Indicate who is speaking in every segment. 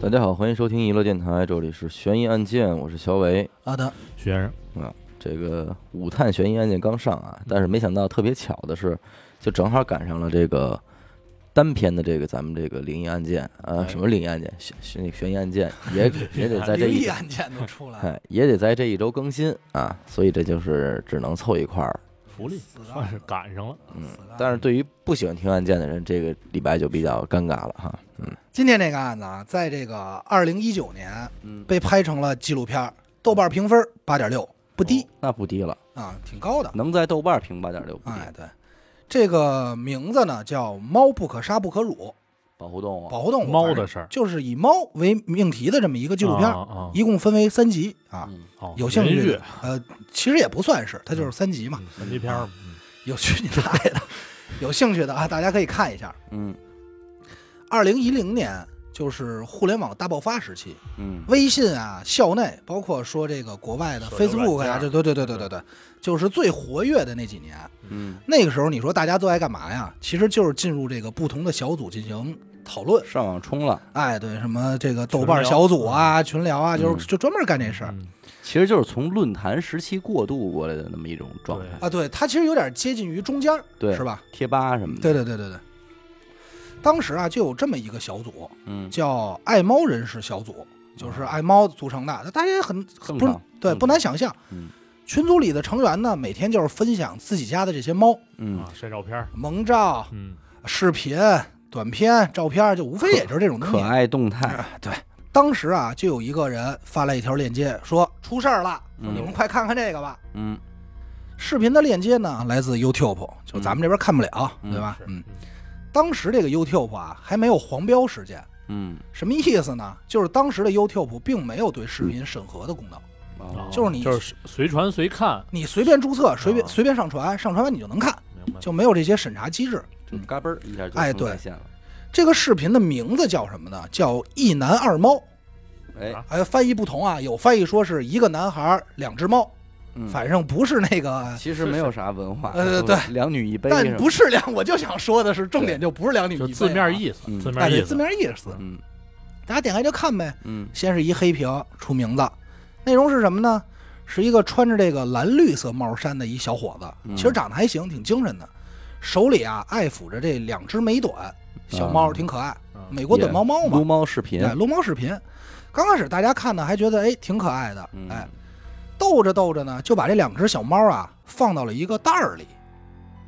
Speaker 1: 大家好，欢迎收听娱乐电台，这里是悬疑案件，我是小伟。
Speaker 2: 好的，
Speaker 3: 徐先生，
Speaker 1: 这个五探悬疑案件刚上啊，但是没想到特别巧的是，就正好赶上了这个单篇的这个咱们这个灵异案件啊，
Speaker 3: 哎
Speaker 1: 什么灵异案件，悬悬悬疑案件也也得在这
Speaker 2: 灵
Speaker 1: 一
Speaker 2: 异案件都出 来了，
Speaker 1: 哎也得在这一周更新啊，所以这就是只能凑一块儿。
Speaker 3: 福利
Speaker 2: 死
Speaker 3: 算是哎赶上了。
Speaker 1: 嗯
Speaker 2: 死了
Speaker 1: 但是对于不喜欢听案件的人，这个礼拜就比较尴尬了哈。嗯
Speaker 2: 今天这个案子啊，在这个二零一九年
Speaker 1: 嗯，
Speaker 2: 被拍成了纪录片儿，豆瓣评分八点六，不低、
Speaker 1: 哦那不低了，
Speaker 2: 啊，挺高的。
Speaker 1: 能在豆瓣评八点六不低，
Speaker 2: 哎，对，这个名字呢叫《猫不可杀不可
Speaker 1: 哦
Speaker 2: 辱
Speaker 1: 保护动》，物。
Speaker 2: 保护动物
Speaker 3: 猫的事儿，
Speaker 2: 就是以猫为命题的这么一个纪录片儿，
Speaker 3: 啊
Speaker 2: 一共分为三集啊。
Speaker 1: 嗯，
Speaker 3: 啊，哦
Speaker 2: 有兴趣
Speaker 3: 人
Speaker 2: 的
Speaker 3: 乐
Speaker 2: 呃，其实也不算是，它就是三集嘛。
Speaker 3: 嗯神奇片儿嘛，
Speaker 2: 有去你大爷的！ 有兴趣的啊，大家可以看一下。
Speaker 1: 嗯
Speaker 2: 二零一零年就是互联网大爆发时期，
Speaker 1: 嗯
Speaker 2: 微信啊，校内包括说这个国外的
Speaker 3: 社交软件
Speaker 2: Facebook 呀、这对对对对对对，就是最活跃的那几年。
Speaker 1: 嗯，
Speaker 2: 那个时候你说大家都爱干嘛呀？其实就是进入这个不同的小组进行讨论。
Speaker 1: 上网冲了，
Speaker 2: 哎，对，什么这个豆
Speaker 3: 群
Speaker 2: 瓣
Speaker 3: 聊
Speaker 2: 小组啊、群聊啊，就
Speaker 1: 嗯
Speaker 2: 是就专门干这事儿
Speaker 3: 嗯
Speaker 1: 其实就是从论坛时期过渡过来的那么一种状态，
Speaker 2: 啊。对，它其实有点接近于中间儿，
Speaker 1: 对
Speaker 2: 是吧？
Speaker 1: 贴吧什么的。
Speaker 2: 对，对对对对。当时啊，就有这么一个小组，
Speaker 1: 嗯，
Speaker 2: 叫爱猫人士小组，就是爱猫组成的。那大家也很很
Speaker 1: 正
Speaker 2: 不
Speaker 1: 常
Speaker 2: 对，
Speaker 1: 正
Speaker 2: 不
Speaker 1: 常
Speaker 2: 难想象。
Speaker 1: 嗯
Speaker 2: 群组里的成员呢，每天就是分享自己家的这些猫
Speaker 1: 嗯
Speaker 3: 啊，晒照片儿，
Speaker 2: 萌照、
Speaker 3: 嗯，
Speaker 2: 视频、短片、照片，就无非也就是这种东西。
Speaker 1: 可爱动态，
Speaker 2: 哎对，当时啊，就有一个人发来一条链接，说出事儿了，
Speaker 1: 嗯
Speaker 2: 你们快看看这个吧。
Speaker 1: 嗯
Speaker 2: 视频的链接呢，来自 YouTube，就咱们这边看不了，
Speaker 1: 嗯
Speaker 2: 对吧？
Speaker 3: 是
Speaker 2: 嗯，，当时这个 YouTube 啊，还没有黄标事件。
Speaker 1: 嗯，
Speaker 2: 什么意思呢？就是当时的 YouTube 并没有对视
Speaker 1: 嗯
Speaker 2: 频审核的功能，
Speaker 1: 哦
Speaker 2: 嗯就是你
Speaker 3: 啊就是随传随看，
Speaker 2: 你随便注册，随便
Speaker 3: 啊
Speaker 2: 随便上传，上传完你就能看，
Speaker 3: 明白？
Speaker 2: 就没有这些审查机制。
Speaker 1: 就嘎嘣儿一下就
Speaker 2: 哎
Speaker 1: 冲
Speaker 2: 对
Speaker 1: 在线了，
Speaker 2: 这个视频的名字叫什么呢？叫一男二猫。
Speaker 1: 哎
Speaker 3: 啊，
Speaker 2: 哎，翻译不同啊，有翻译说是一个男孩两只猫，
Speaker 1: 嗯啊
Speaker 2: 反正不是 那个，
Speaker 1: 其实没有啥文化，
Speaker 2: 呃对，
Speaker 1: 两女一杯什么的，
Speaker 2: 但不是两，我就想说的是，重点就不是两女一
Speaker 3: 就
Speaker 2: 杯啊
Speaker 3: 字面，意思
Speaker 1: 嗯，
Speaker 3: 字
Speaker 2: 哎，
Speaker 3: 面
Speaker 2: 对
Speaker 3: 意
Speaker 2: 字
Speaker 3: 思，
Speaker 2: 面意思。
Speaker 1: 嗯
Speaker 2: 大家点开就看呗。
Speaker 1: 嗯
Speaker 2: 先是一黑屏出名字，内容是什么呢？是一个穿着这个蓝绿色帽衫的一小伙子，
Speaker 1: 嗯
Speaker 2: 其实长得还行，挺精神的，手里啊爱抚着这两只美短小猫，
Speaker 1: 啊
Speaker 2: 挺可爱。
Speaker 3: 啊
Speaker 2: 美国短毛猫
Speaker 1: 撸
Speaker 2: 嘛，
Speaker 1: 猫视频，
Speaker 2: 对，撸哎猫视频。刚开始大家看呢还觉得哎挺可爱的，
Speaker 1: 嗯
Speaker 2: 哎，斗着斗着呢就把这两只小猫啊放到了一个袋儿里，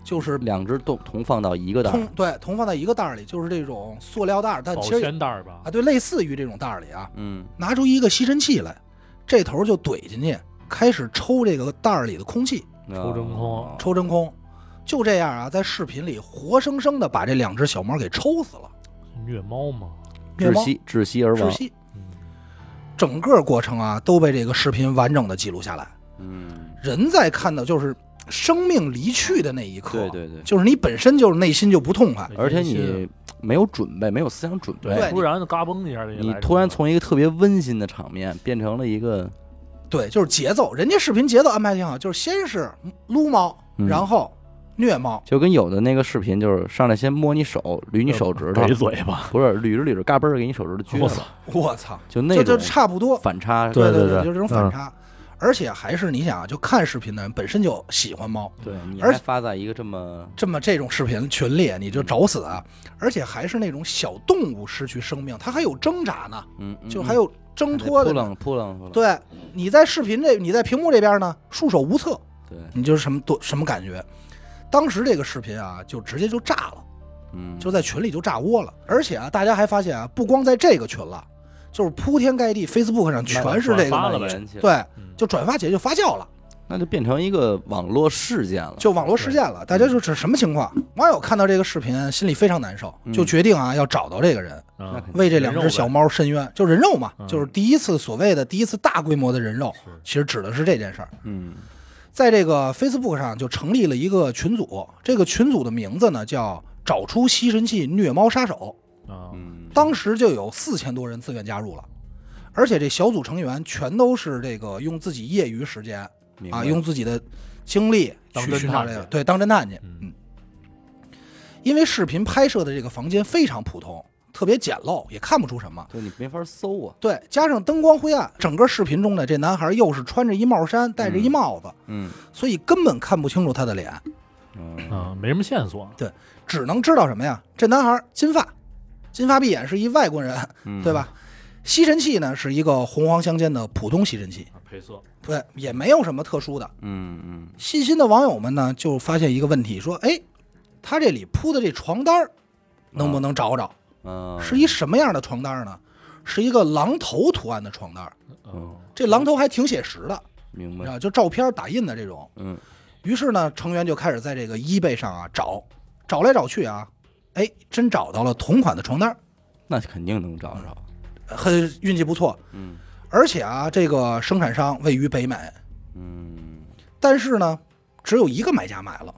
Speaker 2: 就是
Speaker 1: 两只都同放到一个袋儿
Speaker 2: 通，对同放在一个袋儿里，就是这种塑料袋儿，但
Speaker 3: 保
Speaker 2: 其实也
Speaker 3: 鲜袋儿吧
Speaker 2: 啊，对类似于这种袋儿里啊，
Speaker 1: 嗯
Speaker 2: 拿出一个吸尘器来，这头就怼进去，开始抽这个袋儿里的空气，
Speaker 1: 哦
Speaker 3: 抽真空
Speaker 2: 抽真空。就这样啊，在视频里活生生的把这两只小猫给抽死了，
Speaker 3: 虐猫嘛，
Speaker 2: 虐
Speaker 1: 窒
Speaker 2: 猫
Speaker 1: 息窒息而
Speaker 2: 窒
Speaker 1: 亡，
Speaker 2: 息。啊
Speaker 3: 嗯，
Speaker 2: 整个过程啊都被这个视频完整的记录下来。
Speaker 1: 嗯，
Speaker 2: 人在看到就是生命离去的那一刻，
Speaker 1: 对对对，
Speaker 2: 就是你本身就是内心就不痛快。
Speaker 1: 而且
Speaker 3: 人心
Speaker 1: 你没有准备，没有思想准备，
Speaker 2: 对
Speaker 3: 突然嘎嘣一下，
Speaker 1: 你突然从一个特别温馨的场面变成了一个
Speaker 2: 对，就是节奏，人家视频节奏安排挺好，就是先是撸猫，
Speaker 1: 嗯
Speaker 2: 然后虐猫，
Speaker 1: 就跟有的那个视频就是上来先摸你手，捋你手指头，
Speaker 3: 怼嘴巴，
Speaker 1: 不是捋着捋着，嘎嘣儿给你手指头撅
Speaker 3: 我
Speaker 1: 了，
Speaker 3: 操，
Speaker 2: 我操，
Speaker 1: 就
Speaker 2: 就
Speaker 1: 那
Speaker 2: 就
Speaker 1: 种
Speaker 2: 差不多。
Speaker 1: 反差。
Speaker 3: 对
Speaker 2: 对
Speaker 3: 对对
Speaker 2: 就是这种反
Speaker 3: 嗯
Speaker 2: 差。而且还是你想啊，就看视频的人本身就喜欢猫，
Speaker 1: 对，你
Speaker 2: 而
Speaker 1: 还发在一个这么
Speaker 2: 这么这种视频群里你就找死啊！而且还是那种小动物失去生命，它还有挣扎呢，
Speaker 1: 嗯，嗯
Speaker 2: 就还有挣脱的
Speaker 1: 扑
Speaker 2: 呢。
Speaker 1: 棱扑棱扑棱。
Speaker 2: 对，你在视频这，你在屏幕这边呢，束手无策，
Speaker 1: 对，
Speaker 2: 你就是什么多什么感觉？当时这个视频啊，就直接就炸了，
Speaker 1: 嗯，
Speaker 2: 就在群里就炸窝了。而且啊，大家还发现啊，不光在这个群了，就是铺天盖地，Facebook 上全是这
Speaker 3: 转发
Speaker 2: 个，
Speaker 3: 了
Speaker 1: 呗
Speaker 3: 呗，
Speaker 2: 对，
Speaker 3: 嗯
Speaker 2: 就转发起来就发酵了。
Speaker 1: 那就变成一个网络事件
Speaker 3: 嗯
Speaker 1: 了。
Speaker 2: 就网络事件了，大家就是什么情况？网友看到这个视频，心里非常难受，
Speaker 1: 嗯
Speaker 2: 就决定啊要找到这个人，
Speaker 3: 啊
Speaker 1: 那肯定
Speaker 2: 为这两只小猫伸冤，就人肉嘛，
Speaker 3: 嗯
Speaker 2: 就是第一次所谓的第一次大规模的人肉
Speaker 3: 是，
Speaker 2: 其实指的是这件事儿。
Speaker 1: 嗯
Speaker 2: 在这个 Facebook 上就成立了一个群组，这个群组的名字呢叫“找出吸尘器虐猫杀手
Speaker 3: 啊，
Speaker 1: 嗯”，，
Speaker 2: 当时就有四千多人自愿加入了。而且这小组成员全都是这个用自己业余时间
Speaker 1: 明白
Speaker 2: 啊，用自己的经历
Speaker 3: 当
Speaker 2: 去
Speaker 3: 侦
Speaker 2: 寻找
Speaker 3: 探
Speaker 2: 这个，
Speaker 3: 去
Speaker 2: 对，当侦探去。
Speaker 3: 嗯
Speaker 2: 嗯，因为视频拍摄的这个房间非常普通，特别简陋，也看不出什么。
Speaker 1: 就你没法搜啊。
Speaker 2: 对，加上灯光灰暗，整个视频中呢，这男孩又是穿着一帽衫，戴着一帽子，
Speaker 1: 嗯
Speaker 2: 所以根本看不清楚他的脸，
Speaker 1: 嗯
Speaker 3: 嗯，没什么线索，
Speaker 2: 只能知道什么呀？这男孩金发，金发碧眼，是一外国人，
Speaker 1: 嗯
Speaker 2: 对？吧？吸尘器呢是一个红黄相间的普通吸尘器，
Speaker 3: 啊配色
Speaker 2: 对，也没有什么特殊的。
Speaker 1: 嗯嗯
Speaker 2: 细心的网友们呢就发现一个问题，说，哎，他这里铺的这床单儿能不能找找？
Speaker 1: 嗯，
Speaker 2: 是一什么样的床单儿呢？是一个狼头图案的床单儿，
Speaker 1: 哦
Speaker 3: 嗯，
Speaker 2: 这狼头还挺写实的，
Speaker 1: 明
Speaker 2: 你知
Speaker 1: 白。
Speaker 2: 道，啊就照片打印的这种。
Speaker 1: 嗯
Speaker 2: 于是呢，成员就开始在这个 eBay 上啊找，找来找去啊，哎，真找到了同款的床单儿，
Speaker 1: 那肯定能找着。
Speaker 2: 很运气不错。
Speaker 1: 嗯
Speaker 2: 而且啊，这个生产商位于北美，
Speaker 1: 嗯，
Speaker 2: 但是呢，只有一个买家买了。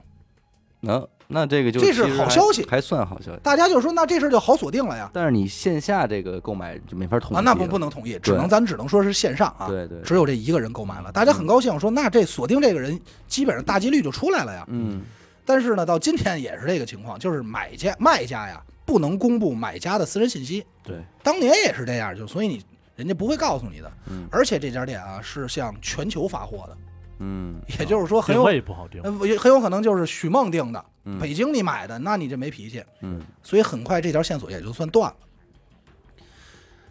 Speaker 1: 那那这个就
Speaker 2: 这是
Speaker 1: 其实
Speaker 2: 好
Speaker 1: 还
Speaker 2: 消息
Speaker 1: 还算好消息。
Speaker 2: 大家就说，那这事儿就好锁定了呀。
Speaker 1: 但是你线下这个购买就没法统计
Speaker 2: 啊，那不不
Speaker 1: 能。
Speaker 2: 能统一，只能咱只能说是线上啊，
Speaker 1: 对对，
Speaker 2: 只有这一个人购买了，大家很高兴，说那这锁定这个人，基本上大几率就出来了呀。
Speaker 1: 嗯
Speaker 2: 但是呢，到今天也是这个情况，就是买家卖家呀不能公布买家的私人信息，
Speaker 1: 对，
Speaker 2: 当年也是这样，就所以你人家不会告诉你的。
Speaker 1: 嗯
Speaker 2: 而且这家店啊是向全球发货的，
Speaker 1: 嗯，
Speaker 2: 也就是说很
Speaker 3: 定
Speaker 2: 有
Speaker 3: 位不好定，
Speaker 2: 呃也很有可能就是许梦定的，
Speaker 1: 嗯
Speaker 2: 北京你买的，那你这没脾气。
Speaker 1: 嗯
Speaker 2: 所以很快这条线索也就算断了。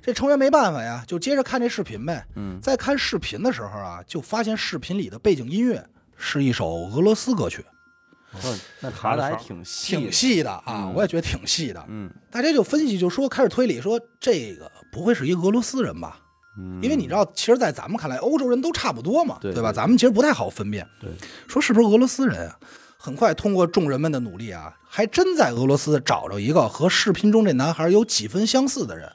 Speaker 2: 这成员没办法呀，就接着看这视频呗。
Speaker 1: 嗯
Speaker 2: 在看视频的时候啊，就发现视频里的背景音乐是一首俄罗斯歌曲，
Speaker 1: 哦那查的还挺细的，
Speaker 2: 挺细的啊，
Speaker 1: 嗯
Speaker 2: 我也觉得挺细的。
Speaker 1: 嗯，
Speaker 2: 大家就分析，就说开始推理说这个不会是一俄罗斯人吧？
Speaker 1: 嗯，
Speaker 2: 因为你知道，其实，在咱们看来，欧洲人都差不多嘛，
Speaker 1: 对
Speaker 2: 吧？
Speaker 1: 对
Speaker 2: 咱们其实不太好分辨，
Speaker 3: 对，
Speaker 2: 说是不是俄罗斯人啊？很快，通过众人们的努力啊，还真在俄罗斯找着一个和视频中这男孩有几分相似的人。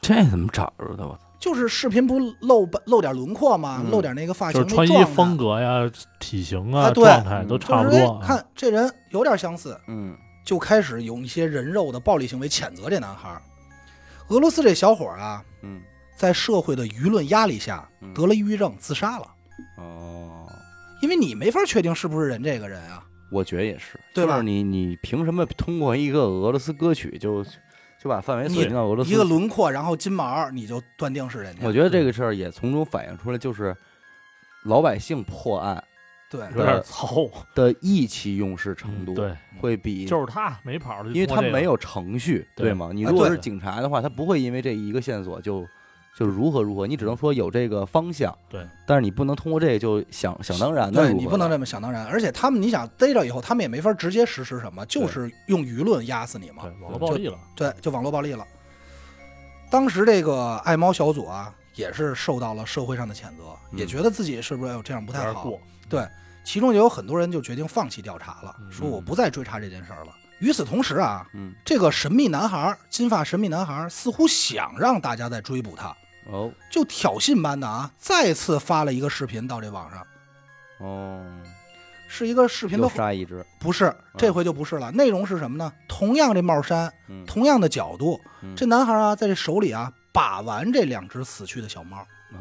Speaker 1: 这怎么找着的？我操！
Speaker 2: 就是视频不露半露点轮廓吗？
Speaker 1: 嗯
Speaker 2: 露点那个发
Speaker 3: 就
Speaker 2: 型
Speaker 3: 是
Speaker 2: 那
Speaker 3: 穿衣
Speaker 2: 状态
Speaker 3: 风格呀、体型
Speaker 2: 啊
Speaker 3: 啊、
Speaker 2: 对
Speaker 3: 状态都差不
Speaker 2: 就是
Speaker 3: 多
Speaker 2: 哎
Speaker 3: 啊。
Speaker 2: 看这人有点相似，
Speaker 1: 嗯
Speaker 2: 就开始用一些人肉的暴力行为谴责这男孩儿。俄罗斯这小伙儿啊，
Speaker 1: 嗯
Speaker 2: 在社会的舆论压力下
Speaker 1: 嗯
Speaker 2: 得了抑郁症，自杀了。
Speaker 1: 哦，
Speaker 2: 因为你没法确定是不是人这个人啊，
Speaker 1: 我觉得也是，
Speaker 2: 对
Speaker 1: 就
Speaker 2: 吧
Speaker 1: 是你你凭什么通过一个俄罗斯歌曲就就把范围锁定到俄罗斯？
Speaker 2: 一个轮廓，然后金毛儿，你就断定是人家
Speaker 1: 我。觉得这个事儿也从中反映出来，就是老百姓破案
Speaker 2: 对，
Speaker 3: 有点糙，
Speaker 1: 的意气用事程
Speaker 3: 嗯
Speaker 1: 度
Speaker 3: 对，
Speaker 1: 会比，
Speaker 3: 就是他没跑就
Speaker 1: 因为
Speaker 3: 通
Speaker 1: 他
Speaker 3: 过这个
Speaker 1: 没有程序，
Speaker 3: 对
Speaker 1: 对吗？你
Speaker 2: 啊
Speaker 1: 如果
Speaker 2: 对
Speaker 1: 是警察的话，他不会因为这一个线索就就如何如何，你只能说有这个方向，
Speaker 3: 对，
Speaker 1: 但是你不能通过这个就想想当然的，
Speaker 2: 对你不能这么想当然。而且他们，你想逮着以后，他们也没法直接实施什么，就是用舆论压死你嘛
Speaker 3: 对。网络暴力了，
Speaker 2: 对，就网络暴力了。当时这个爱猫小组啊，也是受到了社会上的谴责，
Speaker 1: 嗯
Speaker 2: 也觉得自己是不是哎呦这样不
Speaker 3: 有
Speaker 2: 太
Speaker 3: 点
Speaker 2: 好。
Speaker 3: 过。
Speaker 2: 其中就有很多人就决定放弃调查了，
Speaker 3: 嗯
Speaker 2: 说我不再追查这件事儿了。与此同时啊，
Speaker 1: 嗯
Speaker 2: 这个神秘男孩儿，金发神秘男孩儿似乎想让大家再追捕他，
Speaker 1: 哦
Speaker 2: 就挑衅般的啊，再次发了一个视频到这网上，
Speaker 1: 哦，
Speaker 2: 是一个视频
Speaker 1: 又
Speaker 2: 的
Speaker 1: 杀嗯一只，
Speaker 2: 不是，这回就不是了。内容是什么呢？同样这帽衫，
Speaker 1: 嗯
Speaker 2: 同样的角度，
Speaker 1: 嗯
Speaker 2: 这男孩啊，在这手里啊把玩这两只死去的小猫，
Speaker 1: 哦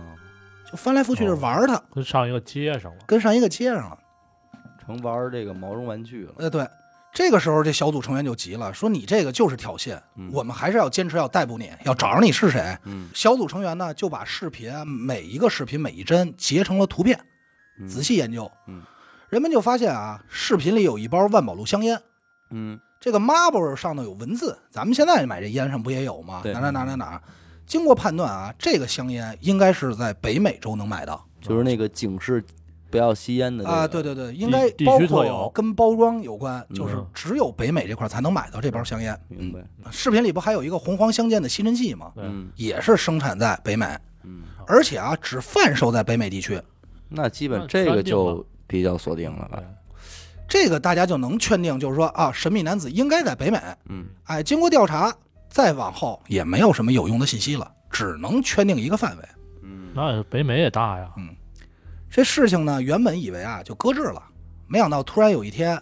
Speaker 2: 就翻来覆去的
Speaker 3: 哦
Speaker 2: 玩它，
Speaker 3: 跟上一个接上了，
Speaker 2: 跟上一个接上了。
Speaker 1: 成玩儿这个毛绒玩具了。
Speaker 2: 呃，对，这个时候这小组成员就急了，说你这个就是挑衅，
Speaker 1: 嗯
Speaker 2: 我们还是要坚持要逮捕你，要找着你是谁。
Speaker 1: 嗯，
Speaker 2: 小组成员呢就把视频啊每一个视频每一帧截成了图片，
Speaker 1: 嗯
Speaker 2: 仔细研究。
Speaker 1: 嗯
Speaker 2: 人们就发现啊，视频里有一包万宝路香烟。
Speaker 1: 嗯
Speaker 2: 这个 marble 上头有文字，咱们现在买这烟上不也有吗？
Speaker 1: 对
Speaker 2: 哪哪哪哪哪儿。经过判断啊，这个香烟应该是在北美洲能买到
Speaker 1: 就是那个警示不要吸烟的那
Speaker 2: 啊，
Speaker 1: 个
Speaker 2: 对，对对，应该
Speaker 3: 地
Speaker 2: 包
Speaker 3: 区特
Speaker 2: 括
Speaker 3: 有
Speaker 2: 跟包装有关，就是
Speaker 3: 嗯
Speaker 2: 只有北美这块才能买到这包香烟。
Speaker 1: 明白？
Speaker 2: 嗯视频里不还有一个红黄相间的吸尘器吗？
Speaker 3: 对，
Speaker 1: 嗯
Speaker 2: 也是生产在北美，
Speaker 1: 嗯，
Speaker 2: 而且啊，只贩售在北美地区。
Speaker 1: 那基
Speaker 3: 那
Speaker 1: 本这个
Speaker 3: 圈定了
Speaker 1: 就比较锁定了吧？
Speaker 2: 这个大家就能确定，就是说啊，神秘男子应该在北美。
Speaker 1: 嗯
Speaker 2: 哎，经过调查，再往后也没有什么有用的信息了，只能确定一个范围。
Speaker 1: 嗯
Speaker 3: 那北美也大呀，
Speaker 2: 这事情呢，原本以为啊就搁置了，没想到突然有一天，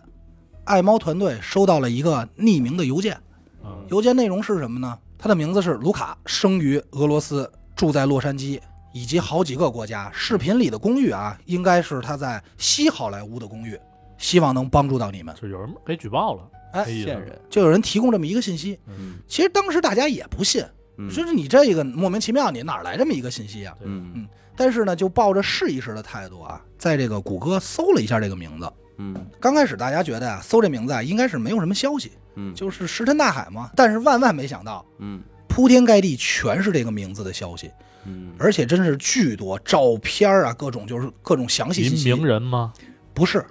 Speaker 2: 爱猫团队收到了一个匿名的邮件，
Speaker 3: 嗯，
Speaker 2: 邮件内容是什么呢？他的名字是卢卡，生于俄罗斯，住在洛杉矶以及好几个国家。视频里的公寓啊，应该是他在西好莱坞的公寓，希望能帮助到你们。
Speaker 3: 就有人给举报了，
Speaker 2: 哎
Speaker 3: 黑
Speaker 1: 线
Speaker 3: 人，
Speaker 1: 人，
Speaker 2: 就有人提供这么一个信息。
Speaker 1: 嗯
Speaker 2: 其实当时大家也不信，
Speaker 1: 嗯
Speaker 2: 说是你这个莫名其妙，你哪儿来这么一个信息啊？
Speaker 3: 对
Speaker 1: 嗯
Speaker 2: 但是呢，就抱着试一试的态度啊，在这个谷歌搜了一下这个名字。
Speaker 1: 嗯
Speaker 2: 刚开始大家觉得啊，搜这名字啊，应该是没有什么消息，
Speaker 1: 嗯
Speaker 2: 就是石沉大海嘛。但是万万没想到，
Speaker 1: 嗯
Speaker 2: 铺天盖地全是这个名字的消息，
Speaker 1: 嗯，
Speaker 2: 而且真是巨多照片啊，各种就是各种详细信息。
Speaker 3: 您名人吗？
Speaker 2: 不是，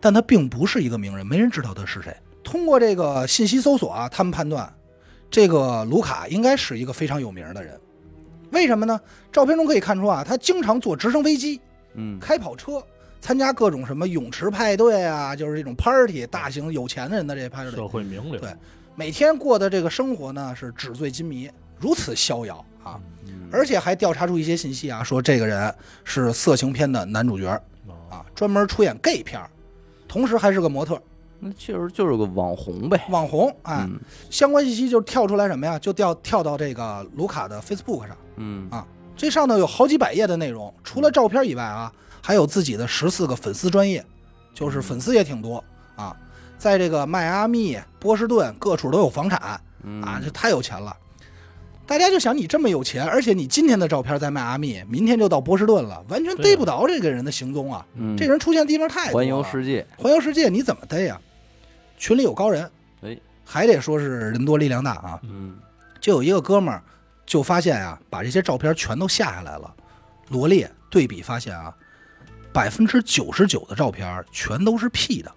Speaker 2: 但他并不是一个名人，没人知道他是谁。通过这个信息搜索啊，他们判断这个卢卡应该是一个非常有名的人。为什么呢？照片中可以看出啊，他经常坐直升飞机、
Speaker 1: 嗯
Speaker 2: 开跑车，参加各种什么泳池派对啊，就是这种 party，大型有钱人的这些派对
Speaker 3: 社，会名流，
Speaker 2: 对每天过的这个生活呢是纸醉金迷，如此逍遥啊。
Speaker 1: 嗯
Speaker 2: 而且还调查出一些信息啊，说这个人是色情片的男主角
Speaker 3: 啊，
Speaker 2: 啊，专门出演 gay 片儿，同时还是个模特。
Speaker 1: 那确实就是个网红呗，
Speaker 2: 网红哎，
Speaker 1: 嗯
Speaker 2: 相关信息就跳出来什么呀？就跳跳到这个卢卡的 Facebook 上，
Speaker 1: 嗯
Speaker 2: 啊这上头有好几百页的内容，除了照片以外啊，还有自己的十四个粉丝专业，就是粉丝也挺多啊，在这个迈阿密、波士顿各处都有房产
Speaker 1: 嗯
Speaker 2: 啊，这太有钱了。大家就想你这么有钱，而且你今天的照片在迈阿密，明天就到波士顿了，完全
Speaker 3: 对
Speaker 2: 逮
Speaker 3: 啊
Speaker 2: 不着这个人的行踪啊！
Speaker 1: 嗯
Speaker 2: 这人出现的地方太多了。
Speaker 1: 环游世界，
Speaker 2: 环游世界你怎么逮呀、群里有高人，
Speaker 1: 哎，
Speaker 2: 还得说是人多力量大啊。
Speaker 1: 嗯
Speaker 2: 就有一个哥们儿就发现啊，把这些照片全都下下来了，罗列对比发现啊，百分之九十九的照片全都是 P 的，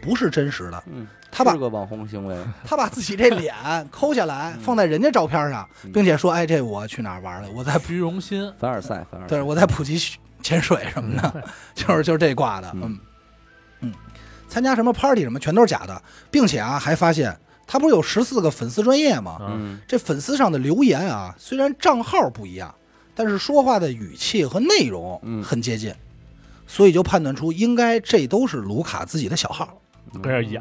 Speaker 2: 不是真实的。
Speaker 1: 嗯，
Speaker 2: 他把
Speaker 1: 是个网红行为，
Speaker 2: 他把自己这脸抠下来
Speaker 1: 嗯
Speaker 2: 放在人家照片上
Speaker 1: 嗯，
Speaker 2: 并且说：“哎，这我去哪儿玩了？我 在
Speaker 3: 虚荣心，
Speaker 1: 凡尔赛，凡尔赛，
Speaker 2: 对，我在普及潜水什么 的，就是就是这挂的，嗯
Speaker 1: 嗯
Speaker 2: 嗯，参加什么 party 什么全都是假的，并且啊还发现他不是有十四个粉丝专业吗？
Speaker 3: 啊，
Speaker 1: 嗯
Speaker 2: 这粉丝上的留言啊，虽然账号不一样，但是说话的语气和内容
Speaker 1: 嗯
Speaker 2: 很接近，所以就判断出应该这都是卢卡自己的小号，
Speaker 1: 嗯
Speaker 3: 跟这儿演，